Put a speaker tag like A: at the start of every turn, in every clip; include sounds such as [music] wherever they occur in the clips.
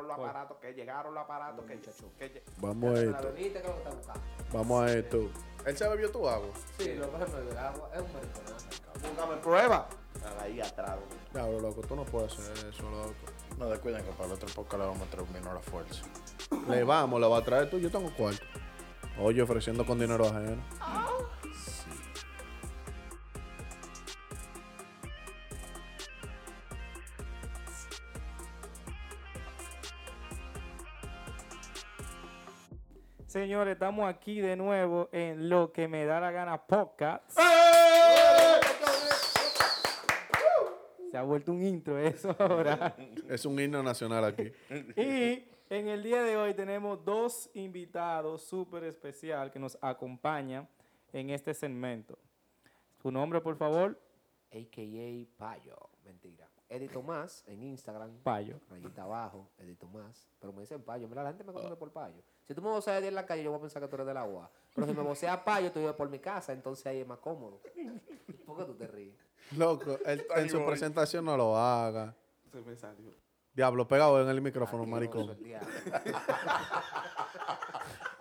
A: Pues,
B: los aparatos, que llegaron los aparatos, que, que, que
C: Vamos a
A: La
C: esto.
A: bebiste que lo está buscando.
C: Vamos a esto.
D: Él se bebió tu agua.
A: Sí, lo que no el agua es un mariconazo.
B: Búscame prueba.
E: Ahí atrás.
C: Claro, loco, tú no puedes hacer eso, loco.
D: No descuiden que para el otro podcast le vamos a terminar la fuerza.
C: Le vamos, la va a traer tú. Yo tengo cuarto. Oye, ofreciendo con dinero ajeno.
F: Señores, estamos aquí de nuevo en Lo que me da la gana podcast.
A: ¡Eh!
F: Se ha vuelto un intro eso [laughs] ahora.
C: Es un himno nacional
D: [laughs]
C: aquí.
F: Y en el día de hoy tenemos dos invitados súper especial que nos acompañan en este segmento. Su nombre, por favor,
A: AKA Payo. Mentira. Eddie Tomás en Instagram.
F: Payo.
A: Rayita abajo, Eddie Tomás. Pero me dicen Payo. Mira, la gente me conoce por Payo. Si tú me voceas de en la calle, yo voy a pensar que tú eres del agua. Pero si me voceas Payo, tú vives por mi casa. Entonces ahí es más cómodo. ¿Por qué tú te ríes?
C: Loco, él en su presentación no lo haga.
B: Se me salió.
C: Diablo, pegado en el micrófono,
A: Adiós, el
C: maricón.
A: diablo.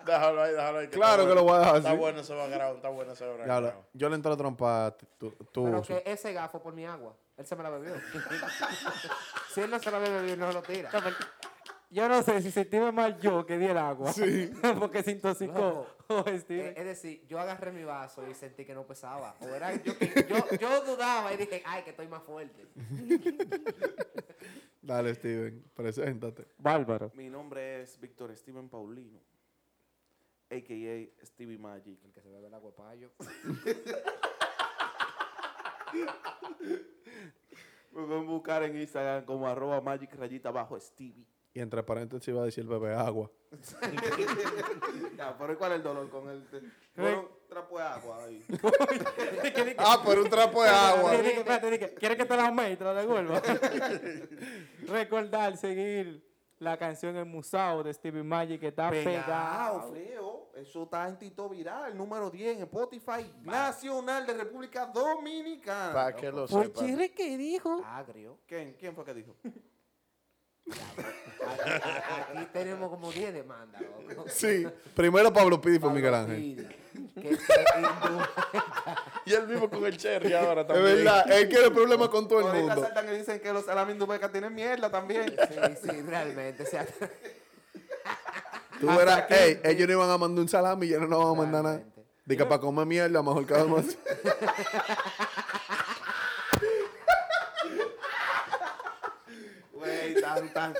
D: Déjalo ahí, déjalo ahí.
C: Claro
D: está
C: que lo voy a dejar
D: Está
C: así.
D: bueno ese background, está bueno ese background.
C: Diablo, yo le entro a trompar tú.
A: Pero
C: tú
A: que ese gafo por mi agua. Él se me la bebió. [laughs] si él no se la bebió, no lo tira.
F: Yo no sé si se estima mal yo que di el agua. [laughs] Porque se intoxicó. [laughs] O
A: Eh,
F: Steven.
A: es decir, yo agarré mi vaso y sentí que no pesaba. O era yo, que- yo, yo dudaba y dije, ay, que estoy más fuerte.
C: Dale, Steven, preséntate.
F: Bárbaro.
B: Mi nombre es Víctor Steven Paulino, a.k.a. Stevie Magic.
A: El que se bebe el agua de payo.
B: [laughs] Me pueden buscar en Instagram como arroba magic rayita abajo Stevie.
C: Y entre paréntesis iba a decir bebé agua.
B: ya, pero ¿y cuál es el dolor con el con un trapo de agua ahí?
D: Ah, por un trapo de agua.
F: Espérate, Enrique, espérate, Enrique. ¿Quieres que te la aumente y te la devuelva? Recordar, seguir la canción El Musao de Stevie Magic que está
B: Pegado,
F: pegado.
B: feo. Eso está en Tito Viral, número 10 en Spotify Nacional de República Dominicana.
D: Para que lo
F: Por
D: sepa.
F: chirre que dijo.
A: Agrio.
B: ¿Quién, ¿Quién fue que dijo?
A: Aquí tenemos como 10 demandas, loco.
C: Sí, primero Pablo Pidi fue
A: Pablo
C: Miguel Ángel.
A: Pidi, Que, que indu-
D: Y él mismo con el cherry [laughs] ahora
C: Es
D: también.
C: verdad, él quiere problemas con [laughs] todo el
B: Ahorita
C: mundo.
B: saltan y dicen que los salamis dubeca tienen mierda
C: [laughs]
B: también.
A: sí, sí, realmente. o sea,
C: Tú verás, ey, ellos no iban a mandar un salami y ya no nos van a mandar nada.
A: Realmente.
C: Dice para comer mierda, mejor cada más.
B: Güey, tan, tan.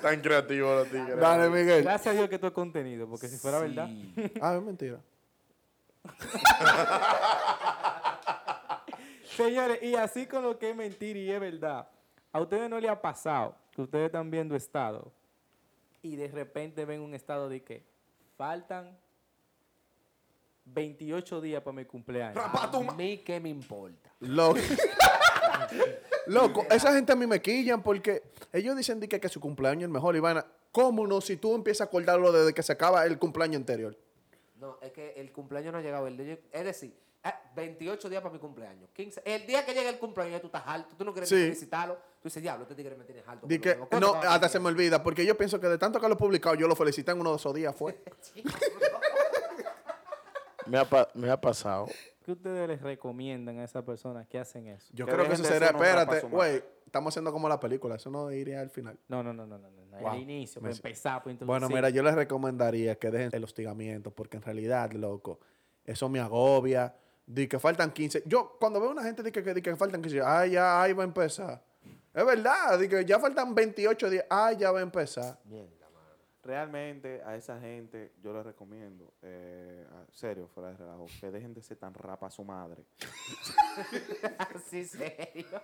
D: Tan creativo los tigres.
C: Dale, Miguel.
F: Gracias a Dios que todo es contenido, porque si fuera verdad.
C: Ah, es mentira.
F: Señores, y así con lo que es mentira y es verdad. A ustedes no les ha pasado que ustedes están viendo estado y de repente ven un estado de que faltan 28 días para mi cumpleaños.
A: a mí que me importa.
D: [laughs]
C: Loco. Loco, esa gente a mí me quillan porque ellos dicen de que, que su cumpleaños es el mejor, Ivana. ¿Cómo no si tú empiezas a acordarlo desde que se acaba el cumpleaños anterior?
A: No, es que el cumpleaños no ha llegado. El día- es decir, ah, 28 días para mi cumpleaños. 15, el día que llega el cumpleaños ya tú estás alto. Tú no quieres
C: Sí.
A: visitarlo. Tú dices, diablo, este tigre me tiene alto.
C: Di
A: por lo
C: que,
A: menos. ¿Cuánto
C: no,
A: vamos a
C: hasta se
A: hacer?
C: me olvida, porque yo pienso que de tanto que lo he publicado, yo lo felicité en uno de esos días, fue.
D: Me ha, pa- me ha pasado.
F: ¿Qué ustedes les recomiendan a esas personas que hacen eso?
C: Yo
B: Que
C: creo que
B: dejen
C: eso
B: de
C: sería,
B: hacer un rapa
C: espérate,
B: su
C: güey, estamos haciendo como la película, eso no iría al final.
F: No, no, no, no, no, no, no.
C: Wow.
F: El inicio,
C: Me
F: para
C: si-
F: empezar, pues, para introducir.
C: Bueno, mira, yo les recomendaría que dejen el hostigamiento, porque en realidad, loco, eso me agobia. Di que faltan 15. Yo, cuando veo a una gente di que, que- di que faltan 15, ay, ya, ahí va a empezar. Es verdad, di que ya faltan 28 días, ay, ya va a empezar.
A: Mierda, mano.
B: Realmente a esa gente yo les recomiendo, eh, a- serio, fuera de relajo, que dejen de ser tan rapa a su madre.
A: [laughs] Sí, serio.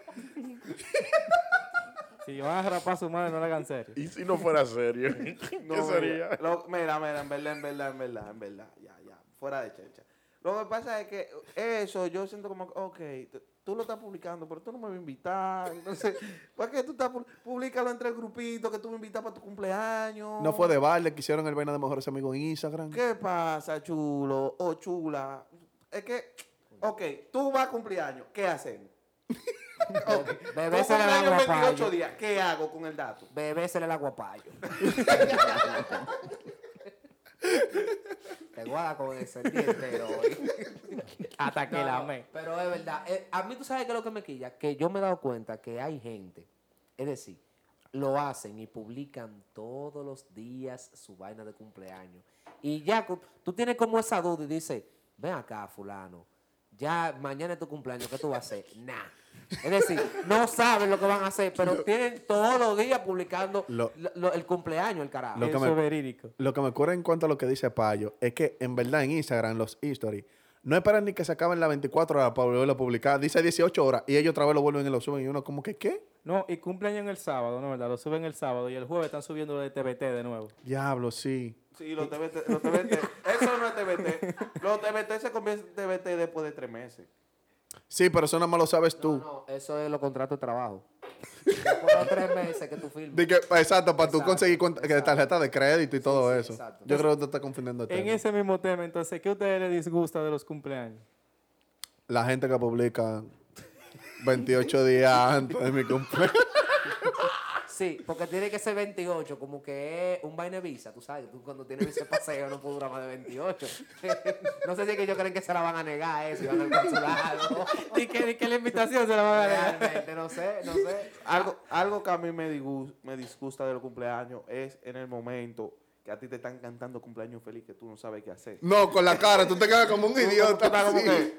F: Si van a rapar a su madre, no la hagan
C: [laughs]
F: serio.
D: ¿Y si no fuera serio? [laughs] ¿Qué
B: No,
D: sería?
B: Mira, lo- mira, mira, en verdad, en verdad, en verdad, en verdad, ya, ya, fuera de chencha. Lo que pasa es que eso, yo siento como, que, ok, t- tú lo estás publicando, pero tú no me vas a invitar. Entonces, [laughs] ¿para qué tú estás? pu- Públicalo entre el grupito que tú me invitas para tu cumpleaños.
C: No fue de balde, que hicieron el vaina de mejores amigos en Instagram.
B: ¿Qué pasa, chulo o chula? Es que, ok, tú vas a cumpleaños, ¿qué hacemos? Yo
A: Bebésele
B: cumplo
A: el
B: año en
A: agua a
B: 28
A: payo.
B: días. ¿Qué hago con el dato?
A: Bebésele el agua a payo. Te guarda con el sentido entero hoy.
F: Hasta que
A: No,
F: la
A: no,
F: amé.
A: Pero es verdad. eh, a mí tú sabes que lo que me quilla, que yo me he dado cuenta que hay gente, es decir, lo hacen y publican todos los días su vaina de cumpleaños. Y ya cu- tú tienes como esa duda y dices, ven acá, fulano, ya mañana es tu cumpleaños, ¿qué tú vas a hacer? [laughs] Nah. Es decir, no saben lo que van a hacer, pero tienen todos los días publicando
C: Lo-
A: lo- lo- el cumpleaños, el carajo.
C: Lo que
F: Eso
C: me-
F: es verídico.
C: Lo que me ocurre en cuanto a lo que dice Payo es que en verdad en Instagram, los history, no esperan ni que se acaben las 24 horas para volverlo a publicar. Dice 18 horas y ellos otra vez lo vuelven y lo suben. Y uno, como que, ¿qué?
F: No, y cumpleaños el sábado, ¿no? ¿Verdad? Lo suben el sábado y el jueves están subiendo de TBT de nuevo.
C: Diablo, sí.
B: Sí, los TBT, los TBT. Eso no es
C: [laughs]
B: TBT. Los TBT se convierten en TBT después de tres meses.
C: Sí, pero eso nada más lo sabes tú.
A: No, no, eso es los contratos de trabajo. [laughs] Después de tres meses que tú firmas.
C: De que- exacto, para tú
A: Exacto,
C: conseguir cont- que
A: exacto.
C: tarjeta de crédito y todo
A: sí,
C: eso.
A: exacto.
C: Yo creo que tú estás confundiendo el
F: En
C: tema.
F: ese mismo tema, entonces, ¿qué a ustedes les disgusta de los cumpleaños?
C: La gente que publica 28 días antes de mi cumpleaños. [laughs]
A: Sí, porque tiene que ser 28, como que es un vaina de visa, tú sabes, tú cuando tienes visa de paseo no puede durar más de 28. [laughs] no sé si es que ellos creen que se la van a negar eso, y van al
F: [laughs]
A: consulado.
F: ¿Y que, y que la invitación se la van a dar?
A: Realmente, no sé, no sé.
B: Algo, algo que a mí me, digus- me disgusta de los cumpleaños es en el momento que a ti te están cantando cumpleaños feliz que tú no sabes qué hacer.
C: No, con la cara, tú te quedas como un
B: Tú estás
C: idiota.
B: como
C: así.
B: que,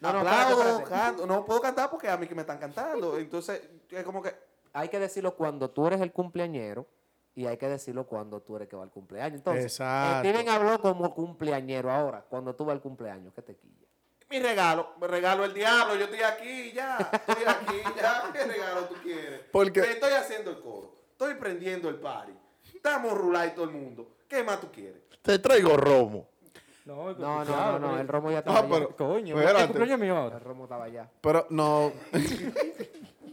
A: No, no,
B: aplaudo,
A: espérate, espérate.
B: canto. no puedo cantar porque a mí que me están cantando. Entonces, es como que
A: Hay que decirlo cuando tú eres el cumpleañero y hay que decirlo cuando tú eres que va al cumpleaños. Entonces, eh,
C: Exacto.
A: Steven habló como cumpleañero ahora, cuando tú vas al cumpleaños, que te quilla.
B: mi regalo, me regalo el diablo, yo estoy aquí ya, estoy aquí ya, ¿qué regalo tú quieres?
C: Porque-
B: Me estoy haciendo el coro, estoy prendiendo el party, estamos rulay todo el mundo, ¿qué más tú quieres?
D: Te traigo romo.
F: No, pues,
A: No, no,
F: claro,
A: no, no,
F: pero-
A: el romo ya
C: No,
A: estaba allá.
C: pero-
F: Coño,
C: Pues, Espérate.
F: el cumpleaños mío ahora.
A: El romo estaba allá.
C: Pero no,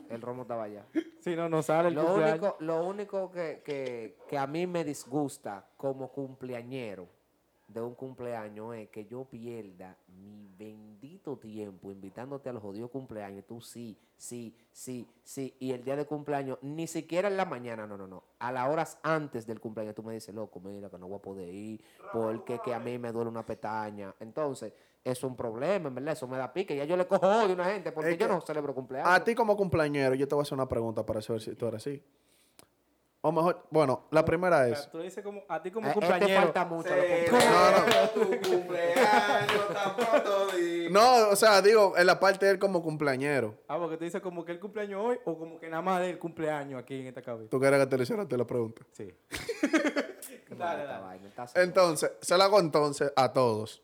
A: El romo estaba allá.
F: Si no, no sale el
A: Lo
F: cumpleaños.
A: único, lo único que, que- que a mí me disgusta como cumpleañero de un cumpleaños es que yo pierda mi bendito tiempo invitándote a los jodidos cumpleaños. Tú sí, sí, sí, sí. Y el día de cumpleaños, ni siquiera en la mañana, no, no, no. A las horas antes del cumpleaños tú me dices, loco, mira que no voy a poder ir porque que a mí me duele una petaña. Entonces, es un problema, en verdad. Eso me da pique. Ya yo le cojo odio a una gente porque
C: Es
A: yo
C: que
A: no celebro cumpleaños.
C: a ti como cumpleañero, yo te voy a hacer una pregunta para saber si tú eres así. O mejor, bueno, la primera
F: O
C: es,
F: sea, Tú le dices como, a ti
A: Eh,
F: como
A: eh, te
F: cumpleañero.
A: falta mucho. a los cumpleaños.
B: Celebra tu cumpleaños tan pronto di-
C: No, o sea, digo, en la parte de él como cumpleañero.
F: Ah, porque te dice como que el cumpleaños hoy o como que nada más del cumpleaños aquí en esta cabeza.
C: Tú quieres que te lo hiciera, te lo pregunto.
F: Sí.
A: Qué mala
F: dale,
A: esta
F: dale.
A: vaina, está solo.
C: Entonces, se la hago entonces a todos.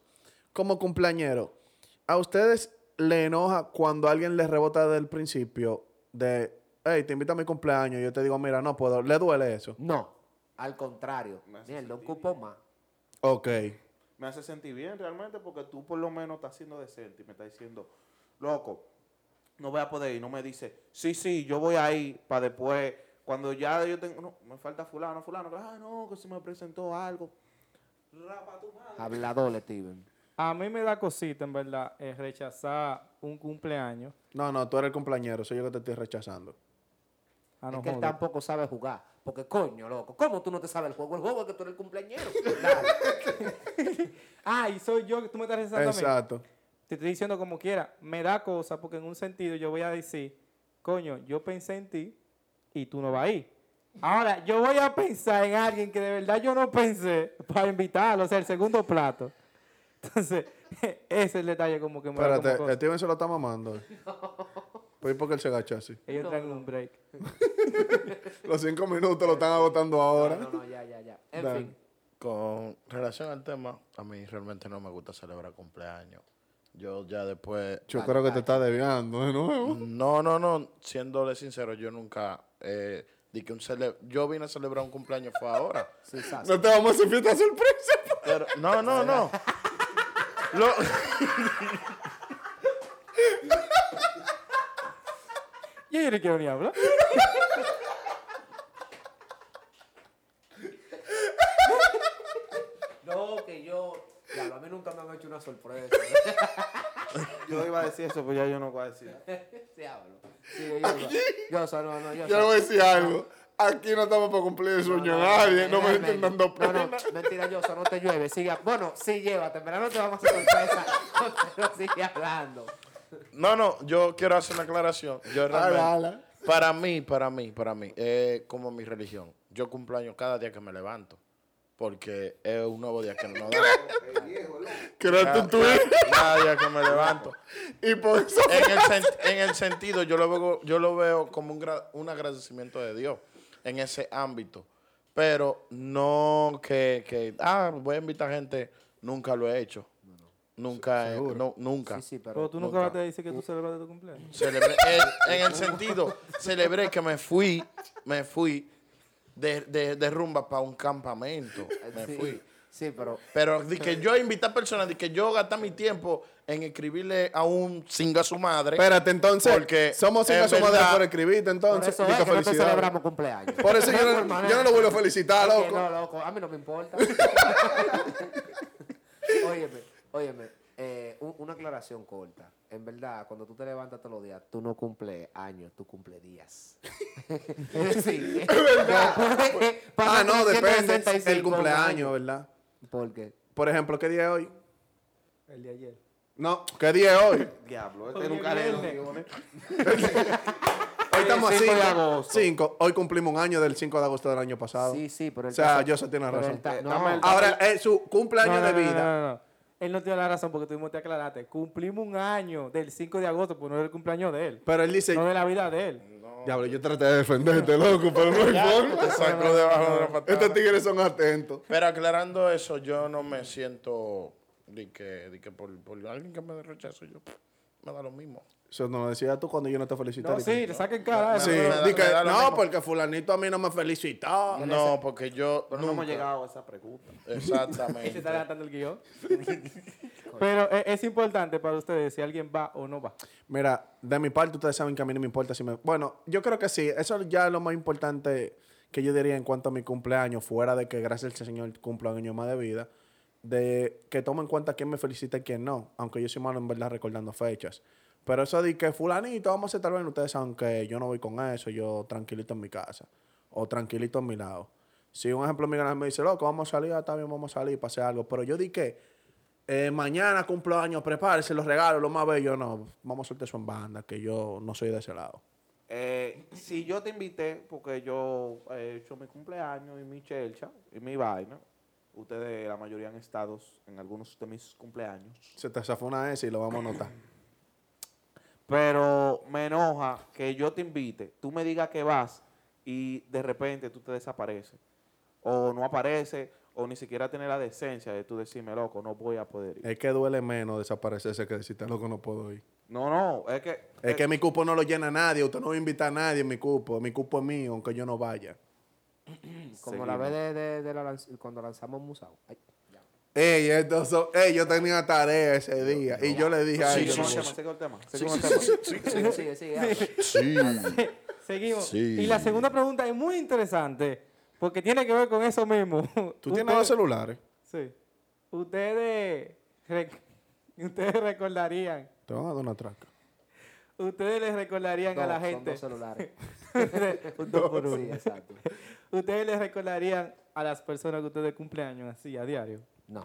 C: Como cumpleañero, ¿a ustedes le enoja cuando alguien les rebota del principio de, hey, te invito a mi cumpleaños? Y yo te digo, mira, no puedo. ¿Le duele eso?
A: No, al contrario.
B: Me hace
A: Mierda, un
B: sentir
A: cupo más.
C: Ok.
B: Me hace sentir bien realmente porque tú por lo menos estás siendo decente y me estás diciendo, loco, no voy a poder ir, no me dice, sí, sí, yo voy ahí para después, cuando ya yo tengo, no, me falta fulano, fulano, ah, no, que se me presentó algo. Rapa tu madre.
A: Hablador, Steven.
F: A mí me da cosita, en verdad, eh, rechazar un cumpleaños.
C: No, no, tú eres el cumpleañero, soy yo que te estoy rechazando.
F: Ah, no,
A: es que él
F: joder.
A: tampoco sabe jugar. Porque, coño, loco, ¿cómo tú no te sabes el juego? El juego es que tú eres el cumpleañero. Dale.
F: Ah, y soy yo que tú me estás rechazando a mí.
C: Exacto.
F: Te estoy diciendo como quiera. Me da cosa porque en un sentido yo voy a decir, coño, yo pensé en ti y tú no vas ahí. Ahora, yo voy a pensar en alguien que de verdad yo no pensé para invitarlo, o sea, el segundo plato. Entonces, [laughs] ese es el detalle como que me da como
C: Espérate, eh,
F: cosa.
C: Steven se lo está mamando.
A: [laughs]
C: hoy. Pues porque él se agacha así.
F: Ellos traen un break.
C: Los cinco minutos lo están agotando ahora.
A: No, no, ya, ya, ya. En
C: Dale.
A: fin.
D: Con relación al tema, a mí realmente no me gusta celebrar cumpleaños. Yo ya después...
C: Yo creo que te estás desviando de nuevo.
D: No, no, no. Siéndole sincero, yo nunca... Eh, di que un cele... Yo vine a celebrar un cumpleaños fue ahora.
A: Sí, sas.
C: No te vamos a hacer fiesta sorpresa.
D: Pero, no, no, no. Lo-
F: Yo, yo no quiero ni hablar.
A: No, que yo. Diablo, a mí nunca me han hecho una sorpresa.
B: Yo iba a decir eso, pero ya yo no voy a decir.
A: Te hablo. Sí, yo, yo, yo, no, no, yo,
C: Yo le voy a decir algo. Aquí no estamos para cumplir el sueño de nadie. No me estén dando
A: No,
C: pena.
A: no, mentira, yo, no te llueve. Sigue, bueno, sí, llévate, pero no te vamos a hacer sorpresa. pero sigue hablando.
D: No, no, yo quiero hacer una aclaración. Yo realmente-
C: Ala, ala.
D: Para mí, para mí, para mí, es como mi religión. Yo cumplo años cada día que me levanto. Porque es un nuevo día que no da.
C: Créate un tweet
D: Cada día que me levanto.
C: y por eso.
D: En el, sen- en el sentido, yo lo veo, yo lo veo como un, gra- un agradecimiento de Dios en ese ámbito. Pero no que, que, ah, voy a invitar gente. Nunca lo he hecho. Nunca, he- no, nunca.
A: Sí, sí, pero.
F: Pero tú nunca
D: Nunca.
F: vas a decir que tú celebraste tu cumpleaños.
D: Celebré, en- en el sentido, celebré que me fui, me fui de, de- de rumba para un campamento. Me
A: sí,
D: fui.
A: Sí, pero.
D: Pero de que yo invitar personas, de que yo gastar mi tiempo en escribirle a un singa a su madre.
C: Espérate, entonces.
D: Porque,
C: somos sin
D: en
C: su madre
D: verdad-
C: por escribirte,
A: Por
C: entonces.
A: eso
C: Dica,
A: es que no te
C: felicidades.
A: celebramos cumpleaños.
C: Por eso yo,
A: por
C: no,
A: [laughs] manera.
C: yo no lo vuelvo a felicitar,
A: Es que
C: loco. Ah,
A: No, loco, a mí no
C: [laughs]
A: me importa. óyeme, óyeme, eh, un- una aclaración corta. En verdad, cuando tú te levantas todos los días, tú no cumples años, tú cumples días. [laughs] es decir,
C: [laughs]
A: [laughs] es
C: verdad.
A: para
C: Ah, no, depende.
A: 365
C: El cumpleaños, ¿verdad?
A: Porque
C: Por ejemplo, ¿qué día es hoy?
F: El de ayer.
C: No, ¿qué día es hoy?
B: Diablo,
F: Hoy
B: este nunca
F: es
B: le
F: viernes.
C: Hoy estamos a
B: cinco de
C: 5.
B: agosto.
C: 5. Hoy cumplimos un año del 5 de agosto del año pasado.
A: sí, sí, pero
C: O
A: el
C: sea,
A: caso-
C: Joseph tiene
A: pero
C: razón.
A: el ta-
B: Eh,
A: no,
B: dame el
C: Ahora, es su cumpleaños
F: No, no,
C: de
F: no, no,
C: vida.
F: no, no. Él no tiene la razón porque tuvimos que aclararte. Cumplimos un año del 5 de agosto, pues no era el cumpleaños de él.
C: Pero él dice,
F: No de la vida de él.
C: diablo, yo traté de defenderte, loco, pero no hay forma.
D: Te saco debajo de la patada.
B: Este
C: Estos tigres son atentos.
D: Pero aclarando eso, yo no me siento de que, de que por, por alguien que me rechazo, yo pff, me da lo mismo.
C: Eso no lo decías tú cuando yo no te felicité.
F: No, sí, le saquen cara. a eso.
C: Sí,
D: me da-
C: di que,
D: me da lo
C: no,
D: mismo.
C: porque fulanito a mí no me felicitó.
D: No, porque yo
B: Pero no
D: nunca-
B: hemos llegado a esa pregunta. [laughs]
F: Ahí se
D: Exactamente.
F: está levantando el
A: [laughs]
F: guión. Pero eh, es importante para ustedes si alguien va o no va.
C: Mira, de mi parte, ustedes saben que a mí no me importa si me. Bueno, yo creo que sí. Eso ya es lo más importante que yo diría en cuanto a mi cumpleaños, fuera de que gracias al Señor cumpla un año más de vida, de que tome en cuenta quién me felicita y quién no. Aunque yo soy malo en verdad recordando fechas. Pero eso de que fulanito, vamos a estar bien, ustedes saben que yo no voy con eso, yo tranquilito en mi casa o tranquilito en mi lado. Si un ejemplo mi canal me dice, loco, vamos a salir, ah, está bien, vamos a salir, pase algo. Pero yo di que eh, mañana cumplo años, prepárese los regalos, lo más bello. No, vamos a soltar eso en banda, que yo no soy de ese lado.
B: Eh, si yo te invité, porque yo he hecho mi cumpleaños y mi chelcha y mi vaina, ustedes, la mayoría han estado en algunos de mis cumpleaños,
C: Se te zafó una S y lo vamos a notar.
B: pero me enoja que yo te invite, tú me digas que vas y de repente tú te desapareces, o no apareces, o ni siquiera tienes la decencia de tú decirme, loco, no voy a poder ir.
C: es que duele menos desaparecerse que decirte, loco, no puedo ir.
B: No, no, es que... eh,
C: Es que mi cupo no lo llena nadie, usted no va a invitar a nadie en mi cupo, mi cupo es mío, aunque yo no vaya.
A: como la vez de, de- de la lanz- cuando lanzamos Musao. Ay, ya.
C: Ey, estos son- ey, yo tenía tarea ese día y yo le dije a
D: Sí,
C: ellos,
B: Sigue con el
D: sí,
B: tema,
D: sí.
B: sigue con el tema.
D: Sí,
B: sigue con el
D: sí,
B: tema.
D: sí, sí,
A: Sigue, [laughs] sigue,
D: sí.
A: sigue, habla.
D: Sí.
F: Seguimos.
D: Sí.
F: Y la segunda pregunta es muy interesante porque tiene que ver con eso mismo.
C: ¿tú tienes dos celulares?
F: Sí. Ustedes, rec- [laughs] ustedes recordarían,
C: Te van a dar una traca.
F: ustedes les recordarían a
A: Dos,
F: la
A: son
F: gente.
A: dos celulares.
F: [laughs] Un dos por uno.
A: Sí, exacto.
F: Ustedes les recordarían a las personas que ustedes cumpleaños así a diario.
A: No.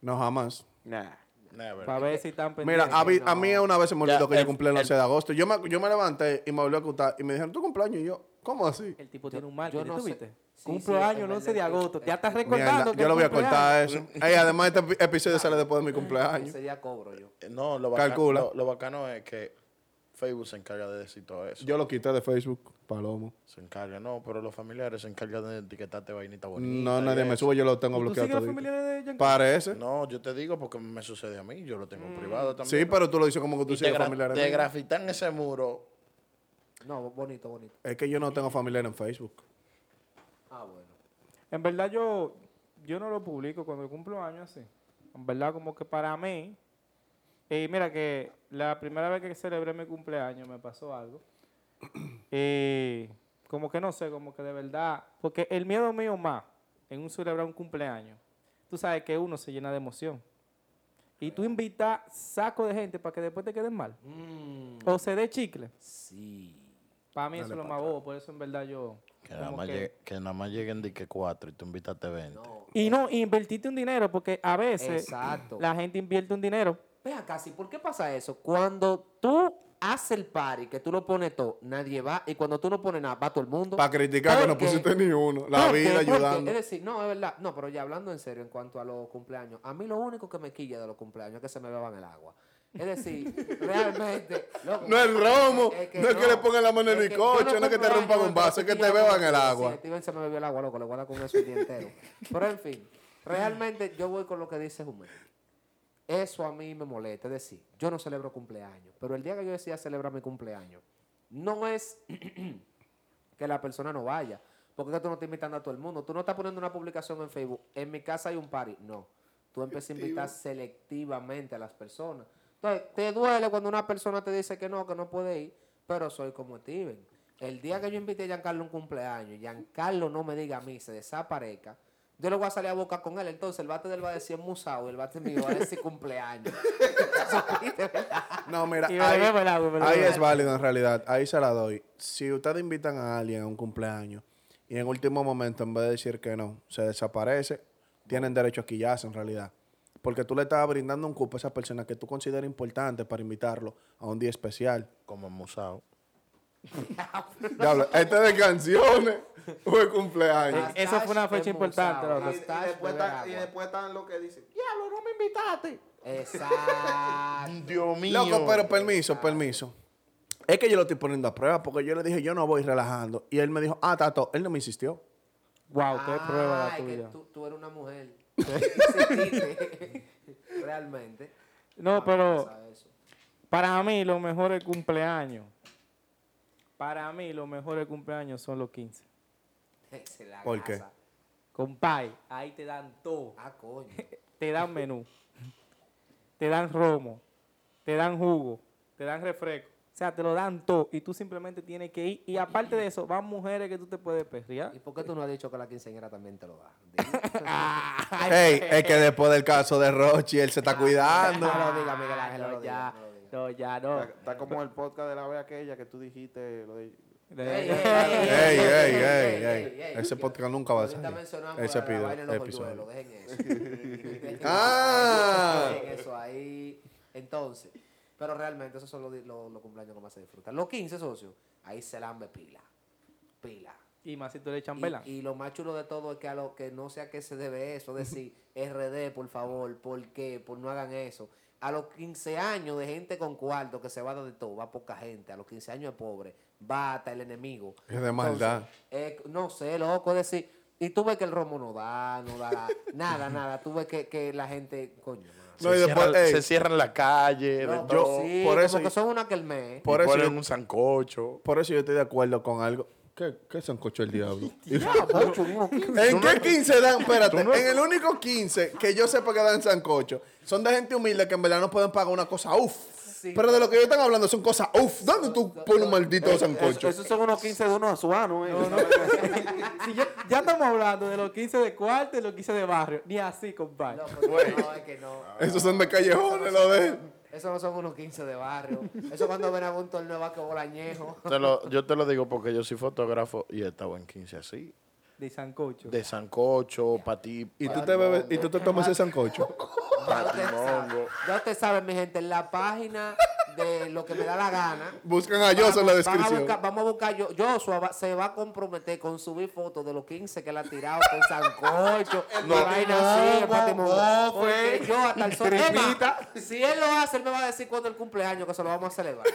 C: No, jamás.
B: Nah.
D: Never.
F: Para ver si están
C: Mira,
F: pendientes.
C: a, mí- a mí una vez se me olvidó
D: Ya,
C: que yo
D: el-
C: cumplí el
D: el-
C: 11 de agosto. Yo me, yo me levanté y me volví a acostar y me dijeron, ¿tu cumpleaños? Y yo, ¿cómo así?
F: el tipo
A: Yo-
F: tiene un
A: yo
F: marketing,
A: no
F: ¿tú
A: sé.
F: viste?
A: Sí,
F: Cumple
A: sí,
F: años
A: es
F: el 11 de
A: verdad,
F: agosto.
A: es-
F: Ya estás
A: Mierda,
F: recordando
C: Mierda,
F: que
C: yo lo voy a
F: cumple
C: cortar eso. Ey, además este epi- episodio sale después
D: [laughs]
C: de mi cumpleaños.
A: Ese día cobro yo.
D: Eh, No, lo bacano,
C: Calcula.
D: Lo, lo bacano es que Facebook se encarga de decir todo eso.
C: Yo lo quité de Facebook, palomo.
D: Se encarga, no, pero los familiares se encargan de etiquetarte vainita bonita.
C: No,
D: y
C: nadie me
D: eso.
C: sube, yo lo
F: ¿Y
C: tengo
F: ¿Tú
C: bloqueado
F: sigues los
C: todito.
F: familiares de Giancarlo?
C: Parece.
D: No, yo te digo porque me sucede a mí. Yo lo tengo privado también.
C: Sí, pero tú lo dices como que
D: Y
C: tú
D: te,
C: sigues
D: gra-
C: familiares.
D: te
C: míos.
D: grafitan ese muro.
A: No, bonito, bonito.
C: Es que yo no tengo familiares en Facebook.
A: Ah, bueno.
F: En verdad yo, yo no lo publico cuando cumplo años así. En verdad como que para mí, eh, mira que la primera vez que celebré mi cumpleaños me pasó algo. Eh, como que no sé, como que de verdad, porque el miedo mío más en un celebrar un cumpleaños, tú sabes que uno se llena de emoción. Y tú invitas saco de gente para que después te queden mal.
D: Mm.
F: O se dé chicle.
A: Sí.
F: Para mí eso es lo más bobo, por eso en verdad yo...
D: Que nada,
F: como
D: más
F: que-
D: llegue- que nada más lleguen de que cuatro y tú invitaste 20.
A: No.
F: Y no, y invertiste un dinero, porque a veces
A: Exacto.
F: la gente invierte un dinero.
A: Ve acá, sí, ¿por qué pasa eso? Cuando tú haces el party, que tú lo pones todo, nadie va. Y cuando tú no pones nada, va todo el mundo.
C: Para criticar que no
A: Porque-
C: pusiste ni uno. La
A: Porque-
C: vida
A: porque,
C: ayudando.
A: Es decir, no, es verdad. No, pero ya hablando en serio en cuanto a los cumpleaños, a mí lo único que me quilla de los cumpleaños es que se me beban el agua. Es decir,
C: [laughs]
A: realmente. loco,
C: No es romo, no es que le
A: ponga
C: pongan la mano en el coche, no es que te rompan un vaso, es que te beban el agua.
A: Sí, Steven se me bebió el agua, loco, le voy a dar con eso el día entero. Pero en fin, realmente yo voy con lo que dice Jumé. Eso a mí me molesta. Es decir, yo no celebro cumpleaños, pero el día que yo decía celebrar mi cumpleaños, no es que la persona no vaya. Porque es que tú no estás invitando a todo el mundo. Tú no estás poniendo una publicación en Facebook. En mi casa hay un party. No. Tú empiezas a invitar selectivamente a las personas. Entonces, te duele cuando una persona te dice que no, que no puede ir, pero soy como Steven. El día que yo invité a Giancarlo a un cumpleaños, Giancarlo no me diga a mí, se desaparezca. Yo le voy a salir a boca con él. Entonces, el bate del va a decir musao y el bate mío va a decir
B: [laughs]
A: cumpleaños.
C: No, mira,
F: Y
C: ahí-
F: bebemos el agua, bebemos
C: ahí
F: el
C: es
F: agua.
C: válido en realidad. Ahí se la doy. Si ustedes invitan a alguien a un cumpleaños y en último momento, en vez de decir que no, se desaparece, tienen derecho a quillarse en realidad. Porque tú le estabas brindando un cupo a esa persona que tú consideras importante para invitarlo a un día especial.
D: Como en Musao.
C: Diablo, este es de canciones o de cumpleaños.
A: Ah,
F: Eso fue una
A: Hashtag
F: fecha importante,
B: Y,
A: embolsado.
F: loco.
B: y
A: Hashtag
B: después
A: beber
B: están, y
A: agua.
B: después están los que dicen, diablo, no me invitaste.
A: Exacto.
D: Dios mío.
C: Loco, pero pues, permiso, permiso. Es que yo lo estoy poniendo a prueba porque yo le dije, yo no voy relajando. Y él me dijo, ah, Tato, él no me insistió.
F: Wow, qué prueba Ah, la
A: Ay, Ah, que
F: tuya.
A: tú, tú eres una mujer. [laughs] Insististe. Realmente.
F: No,
A: Ah,
F: pero
A: pasa eso.
F: para mí los mejores cumpleaños, para mí los mejores cumpleaños son los 15.
A: Eh, Se la
C: ¿Por qué?
A: gasa.
F: Compay, ahí te dan todo.
A: Ah, coño.
F: Te dan menú, te dan romo, te dan jugo, te dan refresco. O sea, te lo dan todo y tú simplemente tienes que ir. Y aparte de eso, van mujeres que tú te puedes perrear.
A: ¿Y por qué tú no has dicho que la quinceañera también te lo da?
F: Ah.
C: Ey, es que después del caso de Rochi, él se está cuidando.
A: [laughs] No lo diga, Miguel Ángel,
F: Ah,
A: no lo
F: no,
A: diga,
F: ya,
A: no lo diga.
F: no, ya,
B: Está,
F: no.
B: está como el podcast de la vez aquella que tú dijiste lo de-
A: Ey,
F: Eh,
C: Ey, ey, ey, ey, Ese podcast nunca va a
A: Ahorita
C: salir.
A: mencionamos
C: Ese
A: la- la
C: pido-
A: vaina de los
C: episodio.
A: polluelos, Dejen
C: [laughs]
A: eso. Dejen
C: Ah.
A: eso ahí, dejen eso ahí. Entonces, pero realmente esos son los, di- los- los cumpleaños que más se disfrutan. Los 15, socios, ahí se lambe pila. Pila.
F: [laughs] Y más si tú eres
A: Y-
F: chambelán.
A: Y, lo más chulo de todo es que a lo que no sé a qué se debe eso, decir RD, por favor, ¿por qué? Por no hagan eso. A los 15 años de gente con cuarto que se va de todo, va poca gente, a los 15 años de pobre, va hasta el enemigo.
C: Es de maldad.
A: Entonces, eh, no sé, loco, es decir, y tú ves que el romo no da, no
C: [laughs]
A: da, nada, nada, tú ves que, que la gente, coño, mano.
C: No, y
D: se,
C: después,
D: cierra,
C: ey,
D: se cierra en la calle.
A: No,
D: de
A: pero
D: todo.
A: sí,
C: por
A: como
C: eso-
A: que son una que el mes.
C: por
D: y
C: eso
D: ponen
C: yo-
D: un sancocho.
C: por eso yo estoy de acuerdo con algo. ¿Qué, qué sancocho el diablo?
D: Tú
C: ¿En
D: no-
C: qué 15 dan? Espérate,
D: tú no-
C: en el único 15 que yo sepa que dan sancocho, son de gente humilde que en verdad no pueden pagar una cosa uff.
A: Sí.
C: Pero de lo que ellos están hablando son cosas uff. ¿Dónde tú pones un maldito sancocho?
B: Esos son unos 15 de unos azuanos. ¿eh?
F: Si ya, ya estamos hablando de los 15 de cuarto y los 15 de barrio. Ni así, compadre.
A: No, pues, no, es que no.
C: Esos son de callejones, lo de él.
A: Eso no son unos 15 de barrio. Eso cuando ven a un torneo va que bola añejo.
D: Te lo- yo te lo digo porque yo soy fotógrafo y he estado en 15 así.
F: De sancocho.
D: De sancocho, patí,
C: Y tú te bebes, y tú te tomas ese sancocho.
A: Ya ustedes saben,
D: patimongo.
A: ya ustedes saben, mi gente, en la página de lo que me da la gana.
C: Buscan a Yoso en la
A: Van a
C: descripción.
A: buscar- vamos a buscar yo. Joshua va- se va a comprometer con subir fotos de los 15 que él ha tirado con
C: [laughs]
A: sancocho.
D: No.
A: y vaina así, el
B: Patimongo, [laughs]
A: patimongo.
B: bofe,
A: Porque yo hasta el sol.
B: tripita.
A: Emma, Si él lo hace, él me va a decir cuándo es el cumpleaños que se lo vamos
C: [laughs]
A: a celebrar.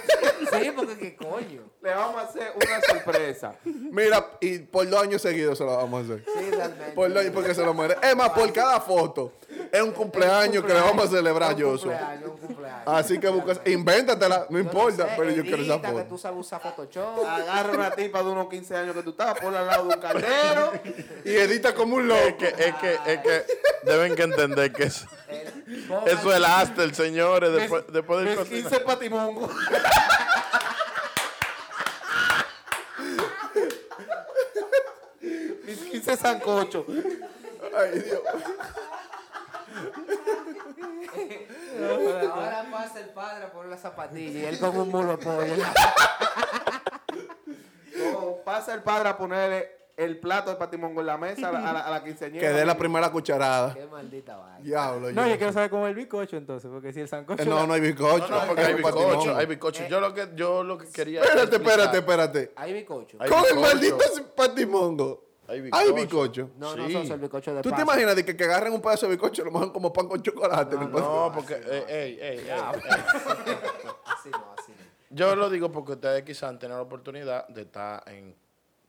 A: sí, porque qué coño.
B: Le vamos a hacer una sorpresa.
C: Mira, y por dos años seguidos se lo vamos a hacer.
A: Sí, realmente.
C: Por dos años, porque se lo muere. Es más, por cada foto es un cumpleaños que le vamos a celebrar a
A: yo
C: Yoso.
A: Cumpleaños, un cumpleaños.
C: Así que buscas,
A: Realmente.
C: invéntatela, no
A: Yo
C: importa,
A: sé,
C: pero yo quiero esa
A: edita, que
C: foto. Ah,
A: tú sabes usar Photoshop.
B: Agarra una tipa de unos 15 años que tú estabas, ponla al lado de un caldero.
C: Y edita como un loco.
D: Es que, es que, es que deben que entender que es-
A: el-
D: eso es el Astel, señores.
B: Ves-
D: Después, después del
B: ves
D: cocina-
B: 15 patimongo. Mis 15 sancocho.
C: Ay, Dios.
A: Ahora pasa el padre a poner la zapatilla y él con un mulo de pollo.
B: O pasa el padre a ponerle el plato de patimongo en la mesa a la, a la- a la quinceañera.
C: Que dé la primera cucharada.
A: Qué maldita vaina.
C: Diablo.
F: No, yo
C: yo-
F: quiero saber cómo es el bizcocho entonces, porque si el sancocho.
C: Eh, no, no hay bizcocho.
D: No, no, porque hay
C: es un patimón.
D: bizcocho, hay bizcocho. Yo lo que, yo lo que quería.
C: Espérate,
D: explicar-
C: espérate, espérate.
A: Hay bicocho.
D: Hay
C: Con el
D: bizcocho.
C: maldito patimongo.
D: Hay bizcocho.
C: Hay bizcocho.
A: No,
D: sí.
A: no, son el bicocho de
C: ¿Tú te
A: pasa.
C: imaginas de que, que agarren un pedazo de bizcocho y lo mojan como pan con chocolate? en el pan?
D: Ah, No, porque. eh, ey, ey, ey, ey.
A: Así no, así no.
D: Yo lo digo porque ustedes quizás han tenido la oportunidad de estar en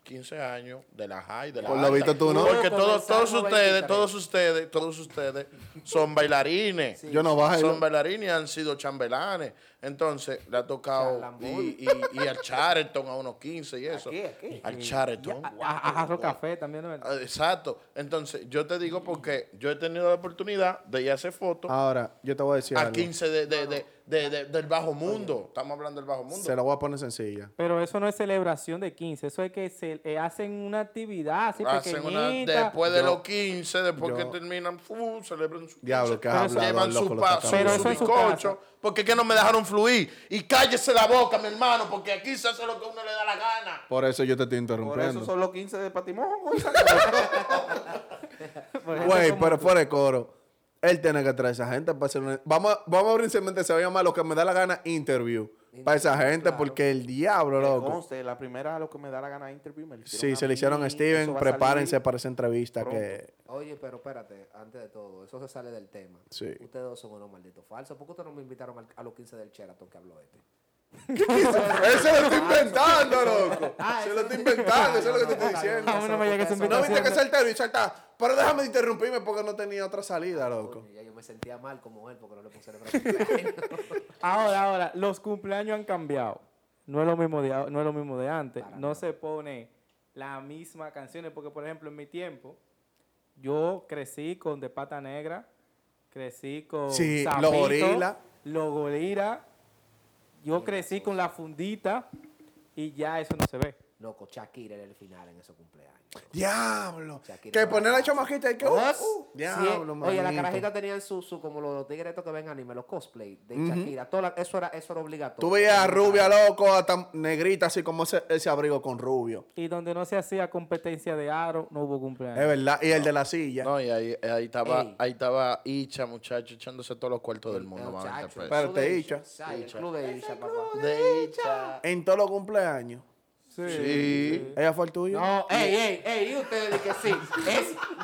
D: 15 años de la high, de la
C: Por lo
D: alta.
C: visto tú no.
D: Porque todos, todos
A: Comenzamos
D: ustedes,
A: 23.
D: todos ustedes, todos ustedes son bailarines.
C: Yo no bajo.
D: Son bailarines y han sido chambelanes. Entonces, le ha tocado
A: Charlambol.
D: y, y, y al Charlton a unos 15 y eso.
A: Aquí, aquí. ah.
D: Al Charlton.
F: A, a- jarro café también, ¿no?
D: Ah, Exacto. Entonces, yo te digo porque yo he tenido la oportunidad de ir a hacer fotos
C: Ahora, yo te voy a decir
D: a
C: algo.
D: 15 de, de- de- de- de- del bajo mundo. Estamos hablando del bajo mundo.
C: Se la voy a poner sencilla.
F: Pero eso no es celebración de 15, eso es que se eh, hacen una actividad así
D: Hacen una,
F: pequeñita.
D: después de los 15, después que
C: yo-
D: terminan, fu, celebran su
C: Diablo, que has
D: cosa,
C: hablado,
D: llevan
C: loco,
D: su,
C: lo
D: pa,
C: que
D: su,
F: acabas de decir.
D: su
F: Pero eso en su
D: bizcocho, porque es que no me dejaron fluir. Y cállese la boca, mi hermano, porque aquí se hace lo que uno le da la gana.
C: Por eso yo te estoy
B: Por eso
C: interrumpiendo.
B: son los 15 de patimongo.
F: Por ejemplo,
C: Güey,
F: como-
C: pero fuera de coro. Él tiene que traer a esa gente para hacer una... Vamos a, vamos a abrir simplemente, se va a llamar lo que me da la gana, interview. Para esa gente, porque el diablo,
B: Que
C: loco.
B: conste, la primera a lo que me da la gana de interview me la
C: Sí, se
B: mí,
C: le hicieron a
B: eso
C: Steven,
B: va a
C: prepárense
B: salir.
C: para esa entrevista
B: pronto.
C: que...
A: Oye, pero espérate, antes de todo, eso se sale del tema.
C: Sí.
A: Ustedes dos son unos malditos falsos. ¿Por qué ustedes no me invitaron al- a los 15 del Sheraton que habló este?
C: Eso lo estoy inventando, loco.
A: Ah,
C: Se Ah, lo estoy inventando, eso es lo que te estoy diciendo.
F: A mí no me llega esa
C: No viste
F: invitación.
C: que saltero y salta. Pero déjame interrumpirme porque no tenía otra salida, loco.
A: Coño, ya yo me sentía mal como él porque no le puse el brazo.
C: [laughs]
F: Ahora, ahora, los cumpleaños han cambiado. No es lo mismo de, a- no es lo mismo de antes. no se pone las mismas canciones. Porque, por ejemplo, en mi tiempo, yo crecí con De Pata Negra, crecí con
C: Sí, Los
F: Sapito,
C: Gorilas.
F: Los Gorilas. Yo crecí con La Fundita y ya eso no se ve.
A: Loco, Shakira era el final en esos cumpleaños.
C: Diablo.
A: Shakira
C: Que
A: no
C: poner
A: va
C: la
A: a-
C: chamajita y que. uh,
A: Dos.
C: uh,
A: Sí, eh,
C: Diablo,
A: Oye, la
C: manito.
A: carajita tenían su, su como los tigres estos que ven anime, los cosplay de Shakira. Toda la- eso, era, eso era obligatorio.
C: Tú veías a Rubia, loco, hasta negrita, así como ese, ese abrigo con rubio.
F: Y donde no se hacía competencia de aro, no hubo
C: Es
D: Eh,
F: cumpleaños.
C: verdad. Y el de la silla.
D: No, y ahí, ahí estaba,
A: Ey.
D: ahí estaba Icha, muchacho, echándose todos los cuartos del mundo.
A: Muchacho,
D: mamá, este
A: el
D: te
C: Pero
A: club
C: te
A: de
C: hincha.
A: hincha, sí, El club de hincha, papá.
D: preso. De Icha.
C: En todos los cumpleaños.
F: Sí. eh,
D: Sí.
C: Ella fue el tuyo.
A: No, ey, ey, ey, y ustedes dicen que sí.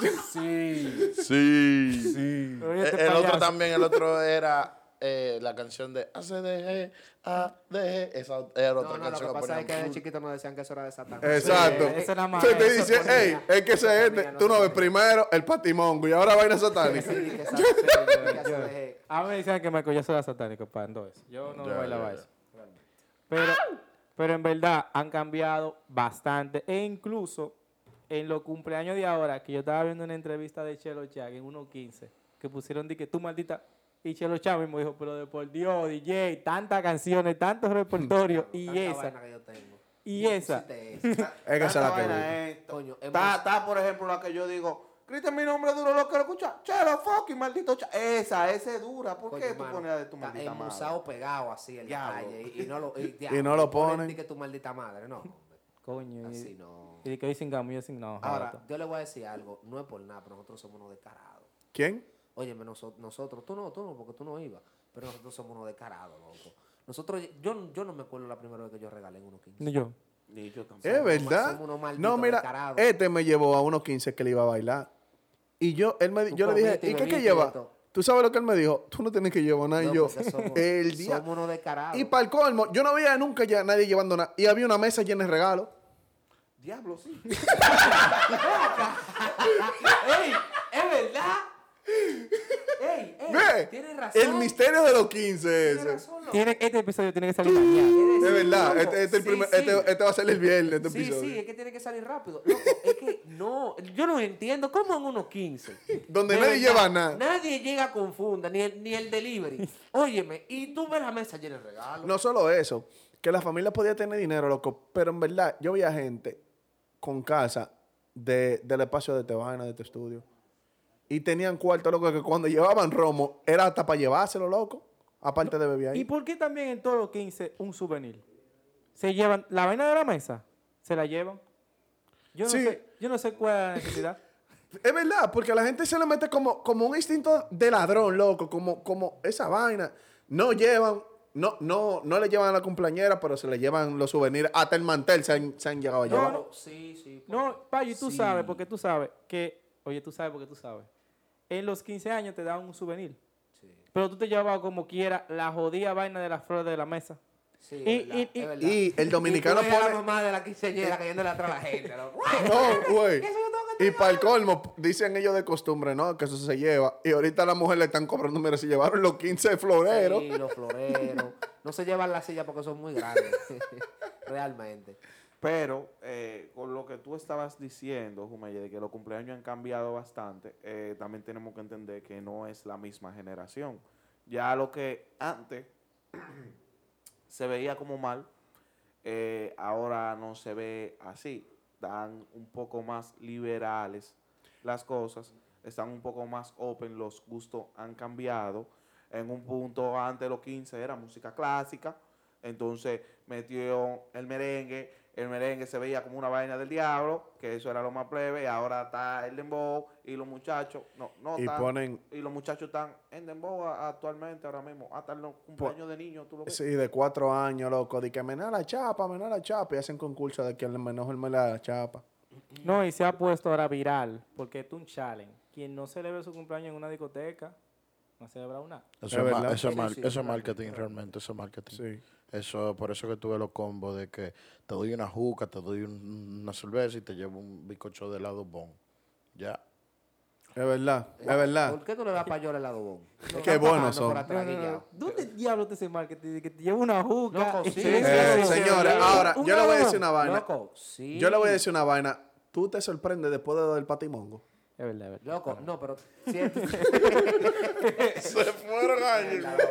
A: Es, sí.
D: Sí.
F: Pero oye,
D: El,
F: este
D: Eh, el otro
F: payaso.
D: también, el otro era eh, la canción de ACDG, ADG. E. Esa era
A: No,
D: otra
A: no, lo
D: canción
A: que
D: que
A: pasa es que de
D: ponían.
A: chiquitos nos decían que eso era de Satán.
C: Exacto.
F: Sí, eso nada más,
C: Se te
F: eso
C: dice,
A: ponía.
C: hey, es que
A: Eso
C: ese
A: ponía,
C: gente,
A: no
C: tú no
A: sé.
C: ves primero el patimongo y ahora vaina
A: Que
C: satánica.
A: sí, que esa- sí, que esa de-
F: A mí me decían que Michael Jackson era satánico, pa, entonces. Yo no
D: Ya,
F: bailaba
D: ya, ya.
F: eso. Pero, pero en verdad han cambiado bastante. E incluso en los cumpleaños de ahora, que yo estaba viendo una entrevista de Chelo Chag en 1.15, que pusieron de que tú maldita. Y Chelo Chag mismo dijo, pero de por Dios, DJ, tantas canciones, tantos
A: [laughs]
F: repertorios, y
A: tanta
F: esa,
A: vaina que yo tengo.
F: y esa.
A: Pusiste esa.
C: Es que esa es la que vi.
A: Coño, hemos-
B: Está, está, por ejemplo, la que yo digo, Cristian, mi nombre duro, lo quiero escuchar. Chelo, fucking, maldito. cha-". Esa, esa es dura. ¿Por
A: Coño,
B: qué tú
A: mano,
B: pones la de tu
A: está
B: maldita madre?
A: enmusado pegado así en la
B: Diablo.
A: calle y, y no lo, y,
C: Y no lo ponen.
A: ni que tu maldita madre, no. hombre,
F: Coño, y,
A: Así no.
F: y de que hoy sin cambio, sin no.
A: Ahora,
F: joder.
A: yo le voy a decir algo, no es por nada, pero nosotros somos unos descarados.
C: ¿Quién?
A: Óyeme, noso- nosotros, tú no, tú no, porque tú no ibas, pero nosotros somos unos descarados, loco. Nosotros, yo, yo no me acuerdo la primera vez que yo regalé en unos 15.
F: Ni yo.
B: Ni yo tampoco.
C: Es verdad.
A: somos unos malditos
C: No, mira,
A: descarados.
C: este me llevó a unos 15 que le iba a bailar. Y yo, él me, di-
A: Tú
C: yo le dije,
A: comiste y
C: ¿y qué que
A: bebiste y
C: lleva?
A: de todo.
C: Tú sabes lo que él me dijo, tú no tienes que llevar nada.
A: No,
C: y yo,
A: porque
C: [laughs]
A: somos-
C: el día.
A: Somos unos descarados.
C: Y para el colmo, yo no veía nunca ya nadie llevando nada. Y había una mesa llena de regalos.
B: Diablo, sí.
A: [laughs] ¡Ey! ¡Es verdad! ¡Ey! ey
C: Ve,
A: Tienes razón.
C: El misterio de los 15
A: Tienes
C: ese.
A: razón, loco.
F: Tiene, este episodio tiene que salir mañana.
C: De
A: Sí,
C: verdad,
A: loco.
C: este, este es el
A: Sí,
C: primer-
A: sí.
C: este- este va a ser el viernes, este
A: Sí,
C: episodio.
A: sí, es que tiene que salir rápido. Loco, es que no, yo no entiendo cómo en unos 15.
C: Donde
A: de
C: nadie lleva nada.
A: Nadie llega con funda, ni el, ni el delivery. Óyeme, y tú ves la mesa llena de regalos.
C: No solo eso, que la familia podía tener dinero, loco, pero en verdad yo veía gente con casa de, del espacio de Tebana, de tu este estudio. Y tenían cuarto, loco, que cuando llevaban romo era hasta para llevárselo, loco. Aparte de beber ahí.
F: ¿Y por qué también en todos los 15 un souvenir? Se llevan la vaina de la mesa, se la llevan. Yo no,
C: Sí.
F: sé, yo no sé cuál es la necesidad.
C: Es verdad, porque a la gente se le mete como, como un instinto de ladrón, loco, como, como esa vaina. No llevan, no, no, no le llevan a la cumpleañera, pero se le llevan los souvenirs. Hasta el mantel se han, se han llegado a
F: No,
C: llevar.
F: no.
A: Sí, sí. pues,
F: No, Payo, y tú
A: Sí.
F: sabes, porque tú sabes que, oye, tú sabes porque tú sabes. En los 15 años te dan un souvenir.
A: Sí.
F: Pero tú te llevabas como quiera la jodida vaina de las flores de la mesa.
A: Sí,
F: Y-
A: es verdad,
F: y- y-
A: es verdad.
C: y el dominicano
A: tú eres
C: pone-
A: la mamá de la quinceañera cayéndole atrás a la gente.
C: [laughs]
A: ¿no?
C: No, güey.
A: [laughs] Eso yo tengo que
C: Y para el colmo, dicen ellos de costumbre, ¿no? Que eso se lleva. Y ahorita a la mujer le están cobrando, mira, se llevaron los 15 floreros.
A: Sí, los floreros. No se llevan la silla porque son muy grandes. [laughs] Realmente.
B: Pero eh, con lo que tú estabas diciendo, Jumaye, de que los cumpleaños han cambiado bastante, eh, también tenemos que entender que no es la misma generación. Ya lo que antes se veía como mal, eh, ahora no se ve así. Están un poco más liberales las cosas, están un poco más open, los gustos han cambiado. En un punto antes de los 15 era música clásica, entonces metió el merengue, el merengue se veía como una vaina del diablo, que eso era lo más plebe, y ahora está el dembow y los muchachos, no, no
C: Y
B: están-
C: ponen,
B: y los muchachos están en dembow a- actualmente ahora mismo, hasta en los cumpleaños de niños, tú lo ves.
C: sí, de cuatro años, loco, de que menar la chapa, menar la chapa. Y hacen concurso de quien le menos el menar la chapa.
F: No, y se ha puesto ahora viral, porque es un challenge. Quien no celebre su cumpleaños en una discoteca, no celebra una.
C: Es
D: Eso es, ma-
C: verdad.
D: eso es mar-
A: Sí, sí,
D: eso es
A: claro.
D: marketing, realmente, eso es marketing.
C: Sí.
D: Eso, por eso que tuve los combos de que te doy una juca, te doy un- una cerveza y te llevo un bizcocho de helado bon. Ya.
C: Es verdad, es verdad.
A: ¿Por qué tú le das payola al ladobón?
C: Es que buenos son.
F: ¿Dónde diablo te ese marketing de que te lleva una juca?
A: Loco,
F: y
A: sí.
F: te-
C: Eh,
A: sí, sí,
C: señores,
A: sí.
C: ahora,
F: Un
C: yo le voy a
F: galón.
C: decir una vaina.
A: Loco, sí.
C: Yo le voy a decir una vaina. Tú te sorprendes después de del patimongo.
F: Es verdad, es verdad.
A: Loco, no, pero. Cierto.
D: Se fueron
A: Mierda, loco.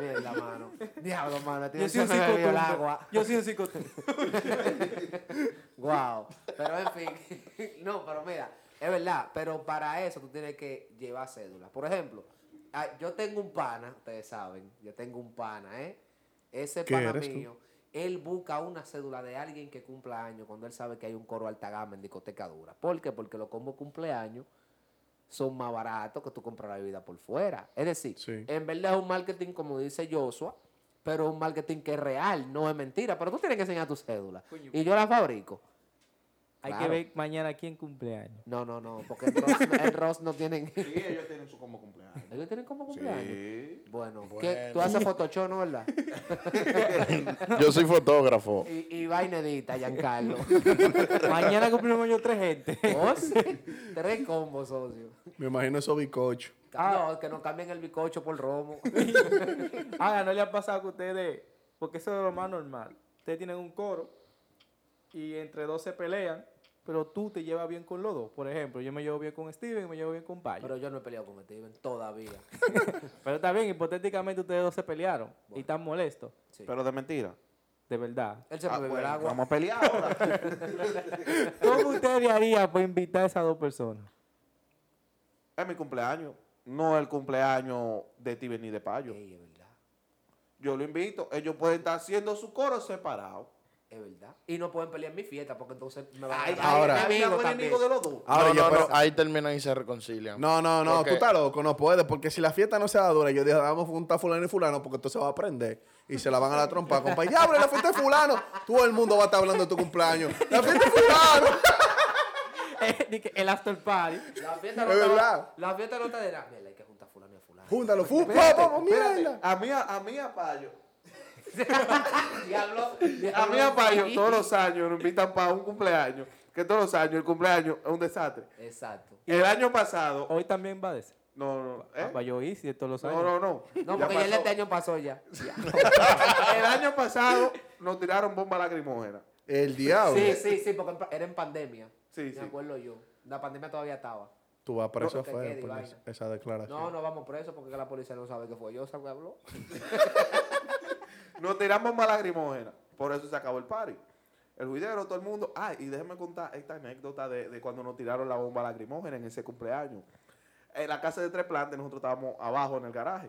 A: Mierda, mano. Diablo, mano.
F: Yo
A: Tiene
F: soy un
A: que beber el
F: psicotumbo.
A: agua.
F: Yo soy un psicotumbo.
A: Wow. Pero en fin. [laughs] no, pero mira, es verdad. Pero para eso tú tienes que llevar cédula. Por ejemplo, ah, yo tengo un pana, ustedes saben, yo tengo un pana, ¿eh? Ese
C: ¿Qué
A: pana
C: eres tú?
A: mío, él busca una cédula de alguien que cumpla años cuando él sabe que hay un coro alta gama en discoteca dura. ¿Por qué? Porque los combos cumpleaños son más baratos que tú comprar la bebida por fuera. Es decir,
C: Sí.
A: en verdad es un marketing, como dice Joshua, pero un marketing que es real, no es mentira. Pero tú tienes que enseñar tu cédula. Y yo la fabrico.
F: Hay que
A: Claro.
F: ver mañana quién cumpleaños.
A: No, no, no, porque el Ross, el Ross no [laughs] tienen...
B: Sí, ellos tienen su como cumpleaños.
A: Ellos tienen como cumpleaños.
B: Sí.
A: Bueno,
D: Bueno.
A: ¿qué? tú haces Photoshop, ¿no, verdad?
D: Yo
F: [laughs]
D: soy fotógrafo.
A: Y, y vainedita,
B: [laughs]
A: Giancarlo.
F: [laughs] mañana cumplimos yo tres gente. [laughs]
A: ¿Vos? Tres combos, socio.
C: Me imagino esos bicochos.
B: Ah.
A: No, que no cambien el bicocho por
B: [laughs]
A: romo.
F: Ahora, Ah, ¿no le ha pasado que ustedes, porque eso es lo más normal, ustedes tienen un coro y entre dos se pelean, pero tú te llevas bien con los dos. Por ejemplo, yo me llevo bien con Steven y me llevo bien con Payo.
A: Pero
F: Pero,
A: yo no he peleado con este Steven todavía.
F: está bien, hipotéticamente ustedes dos se pelearon y
A: Bueno.
F: están molestos,
A: Sí.
B: Pero de mentira.
F: de verdad.
A: Él se me
B: Ah,
A: bebió el
B: bueno,
A: agua.
B: Vamos a pelear ahora.
A: [laughs]
F: ¿Cómo ustedes harían para invitar a esas dos personas?
B: es mi cumpleaños. No el cumpleaños de Tibe ni de Payo.
A: Ey, es verdad,
B: Yo lo invito. Ellos pueden estar haciendo su coro separado.
A: es verdad. Y no pueden pelear en mi fiesta porque entonces me van a...
B: Ay, ay,
C: ahora.
B: ay, me hago
A: Amigo
B: enemigo de
A: también.
B: los dos.
C: Ahora
D: no,
C: yo,
D: no,
C: pero-
D: no, Ah, pues, ahí terminan y se reconcilian.
C: No, no, no,
D: Ok.
C: tú estás loco, no puedes, porque si la fiesta no se da dura, yo dije, vamos a juntar fulano y fulano, porque entonces va a aprender. Y se la van a la trompa, compa. Ya abre la fiesta de fulano. Todo el mundo va a estar hablando de tu cumpleaños. La fiesta de fulano.
F: Eh, Di que el after party.
A: La fiesta no
C: Es
A: está...
C: verdad.
A: La fiesta no está de nada. Mira, hay que juntar fulano y fulano.
C: Júntalo, fu,
B: Espérate,
C: pa, pa, pa,
B: espérate.
C: mierda.
B: A mí, a, a mí a Payo.
A: Diablo.
B: [laughs] A mí a
A: diablo.
B: Payo todos los años nos invitan para un cumpleaños. Que todos los años el cumpleaños es un desastre.
A: Exacto.
B: Y el año pasado...
A: Oh,
F: Hoy también va de ese.
B: No, no, no. ¿eh?
F: Ah, pa' yo ir, si de todos los años.
B: No, no, no.
A: No,
B: Ya
A: porque ya el
B: pasó.
A: de este año pasó ya.
B: El año pasado nos tiraron bomba lacrimógena.
C: El diablo.
A: Sí, sí, sí, porque en pa- era en pandemia.
B: Sí,
A: me
B: sí.
A: acuerdo yo. La pandemia todavía estaba.
C: Tú vas preso
A: No, que
C: afuera
A: quede,
C: por
A: vaina.
C: esa, esa declaración.
A: No, no vamos presos porque la policía no sabe que fue yo, ¿sabes? Habló.
B: Nos tiramos bomba lacrimógena. Por eso se acabó el party. El juidero, todo el mundo. Ah, y déjeme contar esta anécdota de, de cuando nos tiraron la bomba lacrimógena en ese cumpleaños. en la casa de tres plantas, nosotros estábamos abajo en el garaje.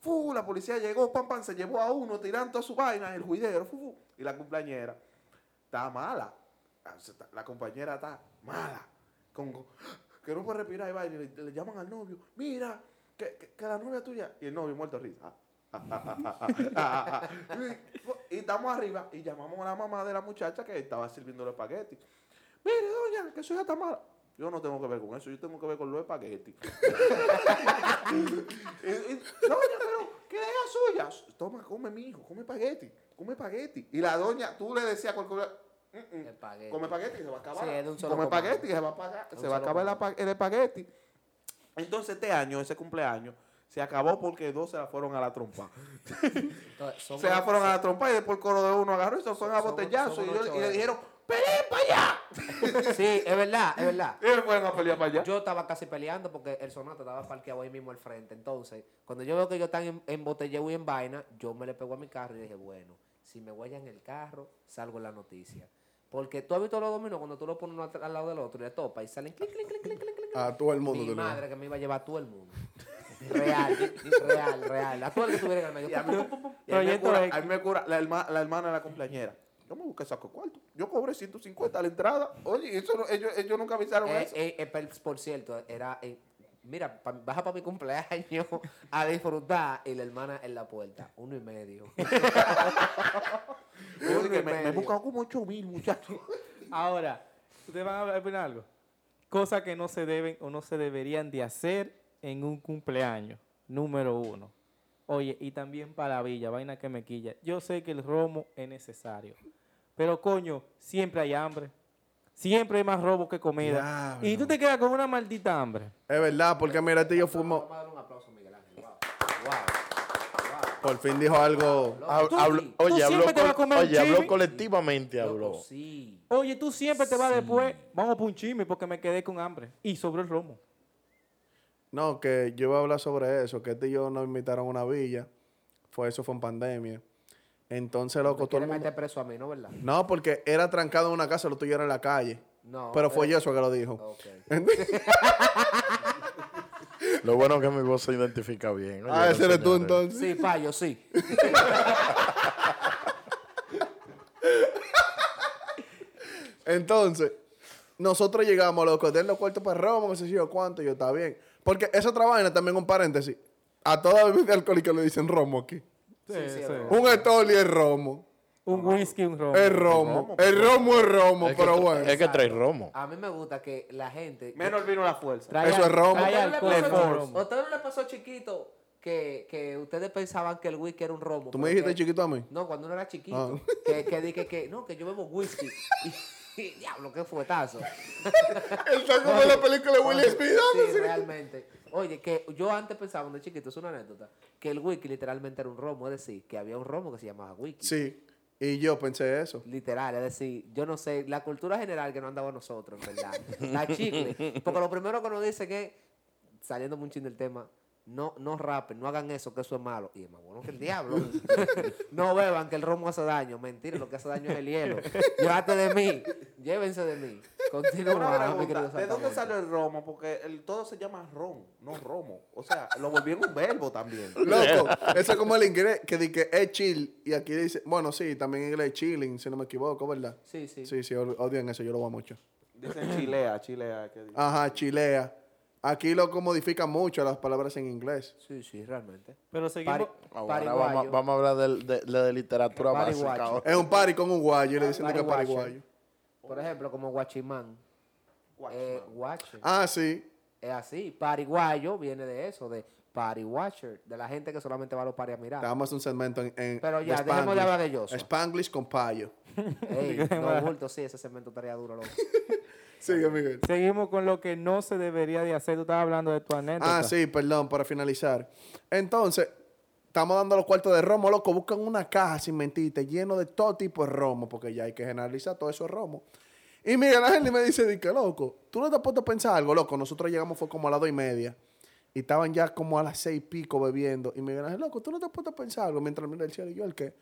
B: Fu, la policía llegó, pam, pam, se llevó a uno, tirando toda su vaina, el juidero, fu, fu. y la cumpleañera está mala. Ah, se está- La compañera está mala. Con, con- que no puede respirar y va, y le, le llaman al novio, mira, que, que- que la novia tuya, y el novio muerto de risa. [laughs] y estamos arriba y llamamos a la mamá de la muchacha que estaba sirviendo los espaguetis. Mire, doña, que su hija está mala. Yo no tengo que ver con eso, yo tengo que ver con los espaguetis. Y- y, doña, pero ¿qué deja suya? Toma, come, mi hijo, come espagueti, come espagueti. Y la doña, tú le decías cualquier cosa, "Mm, mm,
A: Espagueti.
B: come espagueti que se va a acabar.
A: Sí, es de un solo
B: come
A: comando.
B: espagueti que se va a, apagar-
A: un
B: se va a
A: solo
B: acabar la pa- el espagueti. Entonces este año, ese cumpleaños, se acabó porque dos se la fueron a la trompa.
A: Entonces, son
B: se la
A: unos-
B: fueron a la trompa y después el coro de uno agarró y se fueron a
A: Son-
B: botellazo.
A: son
B: Y,
A: unos
B: yo- y le
A: choreros.
B: dijeron, ¡Pelín para allá!
A: Sí, es verdad, es
B: [laughs]
A: verdad.
B: Y me fueron a pelear para allá.
A: Yo estaba casi peleando porque el sonata estaba parqueado ahí mismo al frente. Entonces, cuando yo veo que ellos están en, en botelleo y en vaina, yo me le pego a mi carro y dije, bueno, si me huellan el carro, salgo en la noticia. Porque tú has visto los dominos cuando tú lo pones uno al al lado del otro y le topa y salen clic, clic, clic, clic, clic, clic.
C: A todo el mundo.
A: Mi
C: te lo-
A: madre que me iba a llevar a todo el mundo. Real, y- y- real, real. A todo el que estuviera en el medio.
B: Y a mí,
A: Pum, pum, pum, pum.
B: y a mí me
F: Proyecto
B: cura,
F: X.
B: a mí me cura la, herma- la hermana de la compañera. Yo me busqué saco de cuarto. Yo cobré 150 a la entrada. Oye, eso no- ellos, ellos nunca avisaron
A: Eh,
B: eso.
A: eh, eh, per- por cierto, era. eh, mira, pa- baja para mi cumpleaños a disfrutar y la hermana en la puerta. Uno y medio.
B: Yo
A: uno
B: dije,
A: y
B: me, me
A: medio.
B: buscan como 8 mil, muchachos.
F: Ahora, ustedes van a opinar algo. Cosas que no se deben o no se deberían de hacer en un cumpleaños. Número uno. Oye, y también para la Villa, vaina que me quilla. Yo sé que el romo es necesario. Pero coño, siempre hay hambre. Siempre hay más robo que comida.
C: Diablo.
F: Y tú te quedas con una maldita hambre.
C: Es verdad, porque mira, este y yo fuimos.
A: Vamos a darle un aplauso a Miguel Ángel. Wow. Wow.
C: Por fin dijo algo.
A: Wow.
D: Hab-
F: Tú-
D: habló-
F: tú
D: oye,
F: siempre
D: habló,
F: te vas a
D: col-
F: comer un
D: oye, habló
F: chibi.
D: colectivamente,
A: Loco,
D: habló.
A: sí.
F: Oye, tú siempre te vas
A: Sí.
F: después. Vamos por un chisme porque me quedé con hambre. Y sobre el romo.
C: No, que yo iba a hablar sobre eso, que este y yo nos invitaron a una villa. Fue eso, fue en pandemia. Entonces,
A: Me
C: loco, todo
A: quiere
C: el mundo.
A: meter preso a mí, ¿no, verdad?
C: No, porque era trancado en una casa, lo tuyo era en la calle.
A: No.
C: Pero fue
A: eh,
C: eso que lo dijo.
A: ok.
D: Lo bueno que mi voz se identifica bien. oye,
C: Ah, ese eres tú
D: señores.
C: entonces.
A: Sí, payo, sí.
C: Entonces, nosotros llegamos, loco, den los cuartos para Roma, no sé si yo cuánto, y yo, está bien. Porque esa otra vaina, también un paréntesis. A toda bebida alcohólica le dicen romo aquí.
F: Sí,
A: Sí, sí, es
F: sí.
A: verdad.
C: Un etoli es romo.
F: Un whisky, un romo.
C: Ah. Es romo. El romo es romo,
D: Es que
C: pero
D: tra-
C: bueno.
D: Es que trae
F: Ah,
D: romo.
A: A mí me gusta que la gente.
B: [laughs] Menos vino la fuerza.
F: Trae
C: Eso es
F: al-
C: romo.
F: trae
C: Pero
A: ¿Ustedes no
F: alcohol
A: le
F: con
A: pasó-
F: romo.
A: ¿Ustedes no le pasó chiquito que, que ustedes pensaban que el whisky era un romo?
C: Tú me
A: pero
C: dijiste
A: que-
C: chiquito a mí.
A: No, cuando uno era chiquito.
C: Ah.
A: Que, que dije que no, que yo bebo whisky. Y, [laughs] diablo, qué fuetazo.
C: Está como la película de Will Smith.
A: Ah, Sí, realmente. Oye, que yo antes pensaba cuando chiquito, es una anécdota, que el whisky literalmente era un romo, es decir, que había un romo que se llamaba whisky.
C: Sí. Y yo pensé [laughs] eso.
A: Literal, es decir, yo no sé, la cultura general que nos han dado a nosotros, en verdad. la chicle. Porque lo primero que nos dicen es, saliendo mucho del tema, no, no rapen, no hagan eso, que eso es malo. Y es más bueno que el diablo. no beban, que el romo hace daño. Mentira, lo que hace daño es el hielo. Llévate de mí, llévense de mí.
B: Una
A: Continúa, mi querido
B: pregunta, ¿de dónde
A: Santa
B: salió el romo? Porque el, todo se llama ron, no romo. O sea, lo volvieron un verbo [laughs] también.
C: Loco, eso es como el inglés que dice que es chill. Y aquí dice, bueno, sí, también en inglés es chilling, si no me equivoco, ¿verdad?
A: Monte. Sí, sí.
C: Sí, sí, od- odian eso, yo lo voy mucho.
B: Dicen chilea, chilea. ¿qué dice?
C: Ajá, chilea. Aquí lo modifican mucho las palabras en inglés.
A: Sí, sí, realmente.
F: Pero seguimos.
A: Pari-
D: Ahora
A: pariguayo.
D: vamos, a- vamos a hablar del- de, de- de literatura
A: Pariguacho.
D: básica. ahora.
C: Es un party con un guayo y
A: Ah,
C: le dicen de que es
A: Pariguacho.
C: pariguayo.
A: Por ejemplo, como guachimán.
B: Guachimán.
A: Eh, guache.
C: Ah, sí.
A: Es así. Pariguayo viene de eso, de party watcher, de la gente que solamente va a los paris a
C: Te
A: mirar.
C: vamos a hacer un segmento en. en
A: Pero ya,
C: de
A: dejemos de
C: Spanglish.
A: hablar de Joshua.
C: Spanglish con payo.
A: Ey, [laughs] no, bulto, sí, ese cemento estaría duro, [laughs] loco.
C: Sigue, Miguel.
F: Seguimos con lo que no se debería de hacer. Tú estabas hablando de tu anécdota.
C: Ah, sí, perdón, para finalizar. Entonces, estamos dando los cuartos de romo, loco. Buscan una caja, sin mentirte, lleno de todo tipo de romo, porque ya hay que generalizar todo eso es romo. Y Miguel Ángel me dice, di que loco, tú no te has puesto a pensar algo, loco. Nosotros llegamos fue como a las dos y media. Y estaban ya como a las seis y pico bebiendo. Y Miguel Ángel, loco, tú no te has puesto a pensar algo. Mientras mira el cielo y yo, ¿el qué?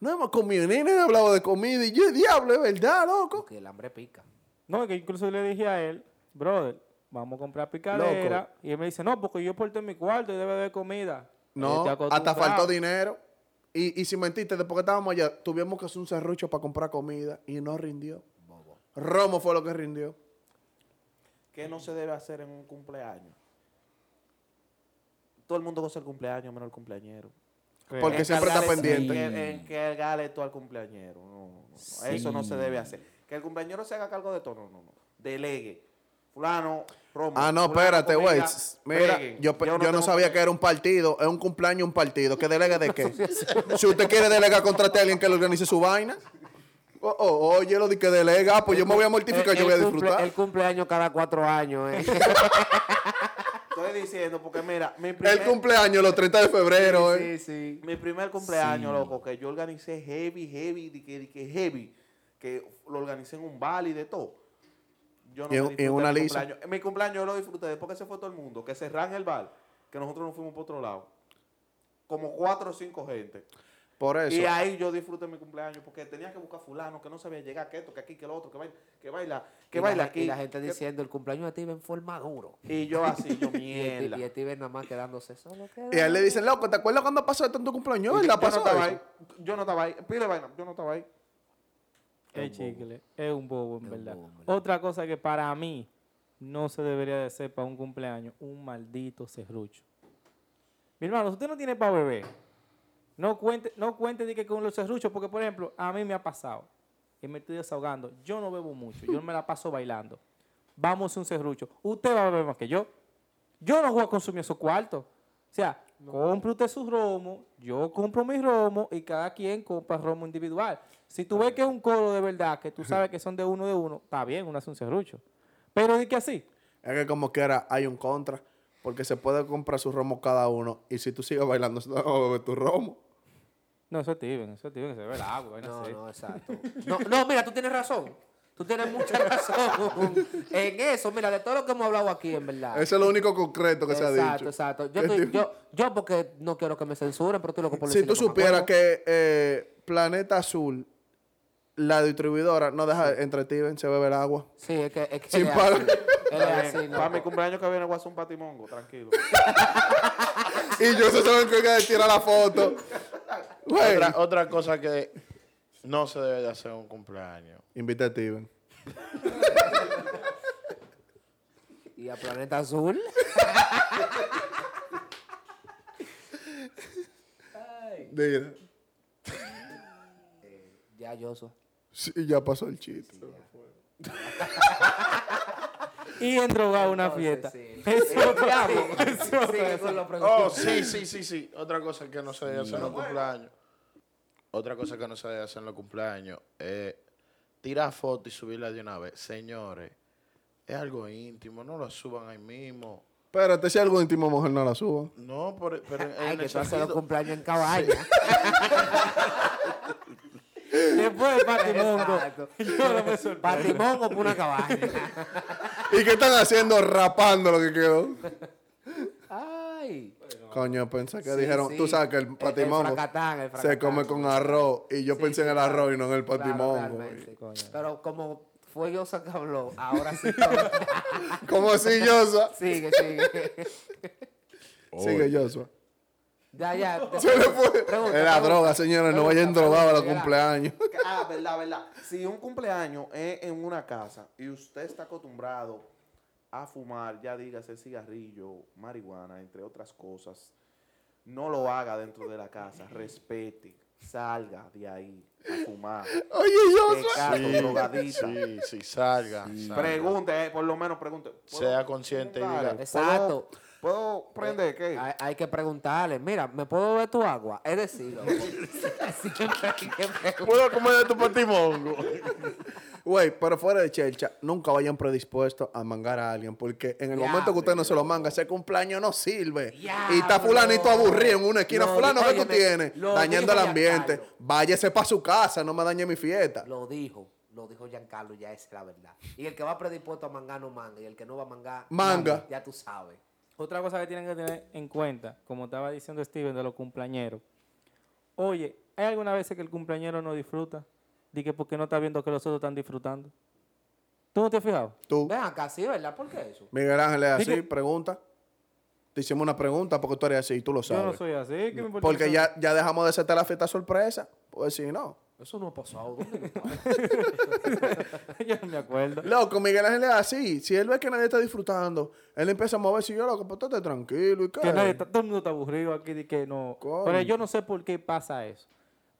C: No hemos comido ni hemos hablado de comida. Y yo, diablo, es verdad, loco.
A: Porque el hambre pica.
F: No, que incluso le dije a él, brother, vamos a comprar picadera. Y él me dice, no, porque yo porté en mi cuarto y debe haber comida.
C: No,
F: Yo estoy
C: hasta faltó
F: acostumbrado.
C: dinero. Y, y si mentiste, después que estábamos allá, tuvimos que hacer un serrucho para comprar comida y no rindió. Romo fue lo que rindió.
B: ¿Qué no se debe hacer en un cumpleaños? Todo el mundo goza el cumpleaños, menos el cumpleañero.
C: Porque siempre está
B: Encargarle-
C: pendiente.
B: en- en- Encargarle todo al cumpleañero. No, no, no. Eso no se debe hacer. Que el cumpleañero se haga cargo de todo, no, no, no. Delegue. Fulano, Romo.
C: Ah, no,
B: fulano,
C: espérate,
B: comida,
C: güey. Mira,
B: breguen.
C: yo, pe- yo no,
B: tengo-
C: sabía que era un partido. Es un cumpleaños, un partido. ¿Qué delega de
B: [laughs]
C: qué? si usted quiere delegar, contrate a alguien que le organice su vaina. Oh, oh, oye, lo de que delega, ah, pues yo me voy a mortificar,
A: El-
C: yo voy a
A: el cumple-
C: disfrutar.
A: El cumpleaños cada cuatro años. [laughs] eh.
B: Estoy diciendo, porque mira, mi
C: El,
B: primer,
C: cumpleaños, los 30 de febrero. eh.
A: sí, sí.
B: mi primer cumpleaños, loco, que yo organicé heavy, heavy, di que, di que heavy, que lo organicé en un bar y de todo. Yo
C: Y
B: me
C: en-
B: disfruté
C: y en una
B: mi
C: lisa.
B: cumpleaños. Mi cumpleaños yo lo disfruté después que se fue todo el mundo, que cerran el bar, que nosotros nos fuimos por otro lado. Como cuatro o cinco gente.
C: Por eso.
B: Y ahí yo disfruté mi cumpleaños porque tenía que buscar fulano que no sabía llegar, que esto, que aquí, que lo otro, que baila, que baila, que
A: Y la
B: baila
A: gen-
B: aquí.
A: Y la gente
B: que-
A: diciendo, el cumpleaños de Steven fue el maduro.
B: Y yo así, yo
A: [laughs] Y el-
B: mierda.
A: Y Steven nada más quedándose solo.
C: Y a él le dicen, loco, ¿te acuerdas cuando pasó esto en tu cumpleaños?
B: yo,
C: ¿Verdad?
B: no
C: Pasó
B: estaba
C: eso".
B: ahí, yo no estaba ahí, pile vaina, yo no estaba ahí.
F: Es chicle, es un bobo, en
A: Es un
F: verdad.
A: bobo, en verdad.
F: Otra cosa que para mí no se debería de hacer para un cumpleaños, un maldito serrucho. Mi hermano, si usted no tiene para beber, no cuente, no cuente de que con los serruchos, porque por ejemplo, a mí me ha pasado, y me estoy desahogando, yo no bebo mucho, yo me la paso bailando. Vamos a un serrucho, usted va a beber más que yo. Yo no voy a consumir esos cuartos. O sea, compre usted su romo, yo compro mi romo y cada quien compra romo individual. Si tú ves que es un coro de verdad, que tú sabes que son de uno de uno, está bien, uno hace un serrucho. Pero di que así.
C: Es que como quiera hay un contra. Porque se puede comprar su romo cada uno. Y si tú sigues bailando, [laughs] se te va a beber tu romo.
F: No, eso es Steven, eso es Steven, que se ve el agua.
A: No, no, exacto. No, no, mira, tú tienes razón. Tú tienes [laughs] mucha razón en eso. Mira, de todo lo que hemos hablado aquí, en verdad.
C: Eso es lo único concreto que se ha
A: exacto,
C: dicho. Este
A: exacto. Yo, estoy- yo, yo porque no quiero que me censuren, pero tú lo que por
C: Si
A: decir
C: tú
A: lo que me
C: supieras
A: acuerdo.
C: que eh, Planeta Azul, la distribuidora, no deja entre ti, ven, se bebe el agua.
A: Sí, es que es que
C: Sin
A: él es
C: pago.
A: así. Él es
B: Está bien,
A: así, no.
B: Para mi cumpleaños que viene voy a hacer un patimongo, tranquilo.
C: Y yo se saben que de tirar la foto. Güey.
D: Otra, otra cosa que no se debe de hacer en un cumpleaños.
C: Invita a Steven.
A: Y a Planeta Azul.
C: Mira.
A: Ya, Joshua.
C: Sí, ya pasó el chiste.
F: Y entró a una fiesta.
A: Sí, sí.
F: Eso [laughs] es otra-
A: Sí,
F: eso es otra-
A: sigue con los
D: Oh,
A: preguntas.
D: sí, sí, sí, sí. Otra cosa que no se debe hacer en los cumpleaños. Otra cosa que no se debe hacer en los cumpleaños es tirar fotos y subirla de una vez. Señores, es algo íntimo. No lo suban ahí mismo.
C: Espérate, si algo íntimo, mujer, no la suba.
D: No, por- [laughs] pero en
A: Ay, que
D: el
A: tú haces los
D: sentido-
A: cumpleaños en cabaña.
F: Después
A: [laughs]
F: del patimongo.
A: Exacto.
F: [laughs] Yo no me sorprendo.
A: Patimongo por una cabaña.
F: [laughs]
C: ¿Y qué están haciendo rapando lo que quedó?
A: Ay.
C: Coño, pensé que
A: Sí,
C: dijeron,
A: sí.
C: tú sabes que
A: El-
C: el
A: el
C: patimongo
A: fracatán, el
C: se
A: fracatán.
C: come con arroz y yo
A: Sí,
C: pensé
A: sí,
C: en el
A: claro.
C: arroz y no en el
A: Claro,
C: patimongo.
A: realmente.
F: Coño.
A: Pero como fue yo que habló, ahora sí. todo.
C: Como si Joshua.
A: sigue, sigue.
C: Sigue Joshua. [laughs]
A: Ya, ya.
C: Se le fue.
A: Pregunta,
C: Era
A: pregunta.
C: droga, señores, no
A: Pregunta,
C: vayan drogados a los
A: pregunta.
C: cumpleaños.
B: Ah, verdad, verdad. Si un cumpleaños es en una casa y usted está acostumbrado a fumar, ya dígase cigarrillo, marihuana, entre otras cosas, no lo haga dentro de la casa. Respete, salga de ahí a fumar.
C: Oye, Joshua.
B: Pecado,
D: Sí,
B: drogadita.
D: sí, sí, salga. salga.
B: Pregunte, eh, por lo menos pregunte. ¿puedo
D: Sea consciente y
B: fumar?
D: diga.
B: ¿Puedo-
A: Exacto.
B: ¿Puedo, prender qué?
A: Hay, hay que preguntarle, mira, ¿me puedo beber tu agua?
C: [laughs]
A: Es decir, loco. [laughs] Siempre hay que preguntar.
D: ¿Puedo comer de tu patimongo?
C: [laughs] Güey, pero fuera de chelcha, nunca vayan predispuestos a mangar a alguien, porque en el
A: Ya,
C: momento que usted no se lo manga, ese cumpleaños no sirve. y está fulanito aburrido en una esquina,
A: Lo
C: fulano que
A: dijo,
C: tú
A: óyeme,
C: tienes,
A: lo
C: dañando el
A: dijo
C: ambiente.
A: Giancarlo.
C: Váyase para su casa, no me dañe mi fiesta.
A: Lo dijo, lo dijo Giancarlo, ya esa es la verdad. Y el que va predispuesto a mangar no manga, y el que no va a mangar,
C: Manga.
A: Ya tú sabes.
F: Otra cosa que tienen que tener en cuenta, como estaba diciendo Steven de los cumpleañeros. Oye, ¿hay alguna vez que el cumpleañero no disfruta? Di que porque no está viendo que los otros están disfrutando. ¿Tú no te has fijado?
C: Tú.
A: Ven acá, sí, ¿verdad? ¿Por qué eso?
C: Miguel Ángel es así,
F: Dije-
C: pregunta. Te hicimos una pregunta porque tú eres así y tú lo sabes.
F: Yo no soy así. ¿qué me importa
C: porque
F: eso?
C: ya, ya dejamos de aceptar la fiesta sorpresa. Pues si no.
A: Eso no ha pasado. ¿Dónde tú estás?
F: [laughs] Yo no me acuerdo.
C: Loco, Miguel Ángel es así. Si él ve que nadie está disfrutando, él empieza a moverse y yo, loco, pues estate tranquilo y qué.
F: Que nadie está- todo el mundo está aburrido aquí de que no.
C: Coño.
F: Pero yo no sé por qué pasa eso.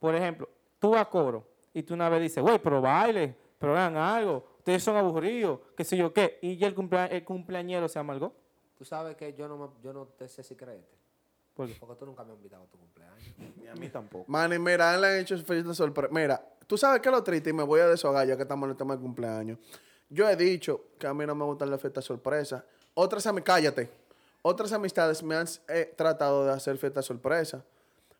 F: Por ejemplo, tú vas a coro y tú una vez dices, güey, pero baile, pero hagan algo. Ustedes son aburridos, qué sé yo qué. Y ya el, cumplea- el cumpleañero se amargó.
A: Tú sabes que yo no, me- yo no te sé si creerte.
F: ¿Por qué?
A: Porque tú nunca me has invitado a tu cumpleaños.
B: Ni a mí tampoco.
C: Mani, mira, le han hecho fiesta sorpresa. Mira, tú sabes que lo triste y me voy a deshogar ya que estamos en el tema del cumpleaños. Yo he dicho que a mí no me gustan las fiestas sorpresa. Otras amistades, cállate. Otras amistades me han eh, tratado de hacer fiestas sorpresa.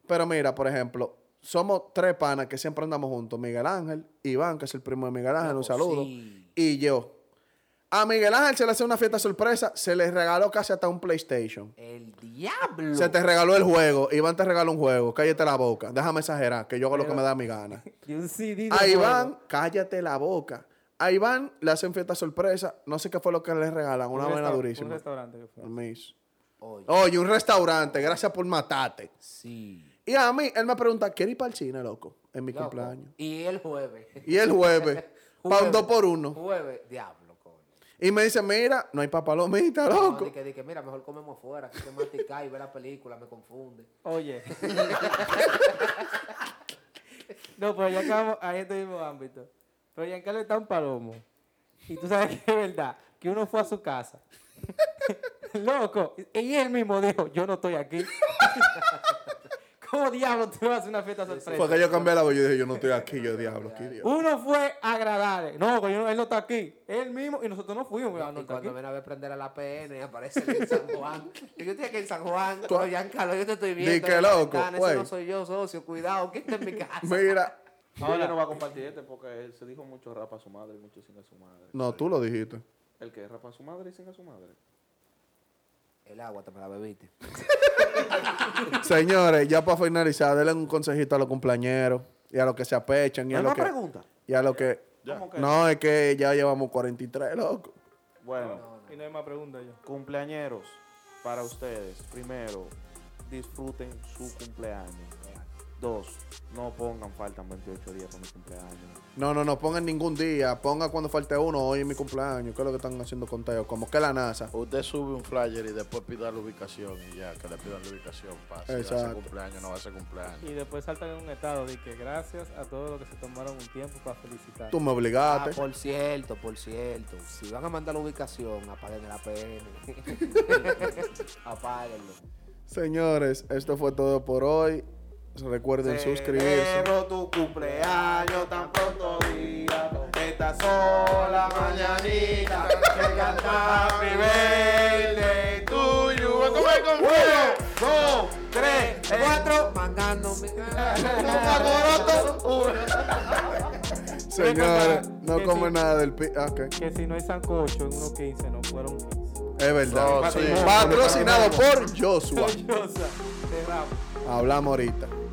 C: Pero mira, por ejemplo, somos tres panas que siempre andamos juntos. Miguel Ángel, Iván, que es el primo de Miguel Ángel, un
A: Loco,
C: saludo.
A: sí.
C: Y yo. A Miguel Ángel se le hace una fiesta sorpresa, se le regaló casi hasta un PlayStation.
A: El diablo.
C: Se te regaló el juego. Iván te regaló un juego. Cállate la boca. Déjame exagerar, que yo hago lo que me da mi
A: [laughs]
C: gana.
F: Y un CD de
C: A
F: juego.
C: Iván, cállate la boca. A Iván le hacen fiesta sorpresa. No sé qué fue lo que le regalan. Una
F: Un
C: vaina
F: restaur- Un
C: durísima.
F: restaurante. que
C: [laughs]
F: fue.
C: Miss.
A: Oye,
C: Oye, un restaurante. Gracias por matarte.
A: sí.
C: Y a mí, él me pregunta, ¿quieres ir para el cine, loco? En mi
A: loco.
C: cumpleaños.
A: Y el jueves.
C: Y el
A: [laughs]
C: jueves, pa' un dos por uno.
A: Jueves, diablo, coño.
C: Y me dice, mira, no hay papalomita,
A: No,
C: loco.
A: di que, di que, mira, mejor comemos fuera, que hay que masticar y ver la película, me confunde.
F: Oye. [laughs] no, pero ya acabamos ahí en este mismo ámbito. Pero Giancarlo está un palomo. Y tú sabes que es verdad, que uno fue a su casa. [laughs] Loco, y él mismo dijo, yo no estoy aquí. [laughs] ¿Cómo diablo tú vas a hacer una fiesta
C: Fue
F: sorpresa?
C: que yo cambié la voz. Yo dije, yo no estoy aquí, yo diablo,
A: [laughs]
C: aquí, Dios.
F: Uno fue a agradable. No, que yo no- él no está aquí. Él mismo y nosotros no fuimos. ah, no
A: y
F: está aquí.
A: cuando ven a ver prender a la PN, aparece en San Juan. Y yo estoy aquí en San Juan, pero Giancarlo, yo te estoy viendo.
C: Di que
A: en la
C: loco,
A: ventana,
C: güey.
A: Ese no soy yo, socio, cuidado, que está en mi casa.
C: Mira,
B: Ahora yo no voy a compartir este porque él se dijo mucho rapa a su madre y mucho sin a su madre.
C: no, tú lo dijiste.
B: El que rapa a su madre y sin a su madre.
A: El agua te me la bebiste.
C: Señores, ya para finalizar, denle un consejito a los cumpleañeros y a los que se apechan y a los que.
B: pregunta?
C: Y a los que.
B: ¿Cómo que?
C: No, es que ya llevamos 43, loco.
B: Bueno,
F: Y no hay más preguntas yo.
B: cumpleañeros, para ustedes, primero, disfruten su cumpleaños. Dos, no pongan, faltan 28 días para mi cumpleaños.
C: No, no, no pongan ningún día. Pongan cuando falte uno. Hoy es mi cumpleaños. ¿Qué es lo que están haciendo conteo? Como que la NASA.
D: Usted sube un flyer y después pida la ubicación y ya, que le pidan la ubicación para si va a ser
C: Exacto.
D: cumpleaños, no va a ser cumpleaños.
F: Y después saltan en un estado de que gracias a todos los que se tomaron un tiempo para felicitar.
C: Tú me
A: Ah,
C: obligaste.
A: por cierto, por cierto, si van a mandar la ubicación, apaguen el
C: [laughs]
A: APN. [laughs] Apáguenlo.
C: Señores, esto fue todo por hoy. Recuerden suscribirse.
B: Celebro tu cumpleaños tan pronto día. Estas son las mañanitas que canta mi verde tuyo. Uno, dos, tres,
A: Cuatro, mandando mi
C: Señores, no
F: Que
C: comen
F: sí.
C: nada del pi. ah, ok.
F: Que si no hay sancocho en 1.15, no fueron 15.
C: Es verdad.
D: No, sí.
C: Patrocinado por Joshua.
F: Cerramos.
C: Hablamos ahorita.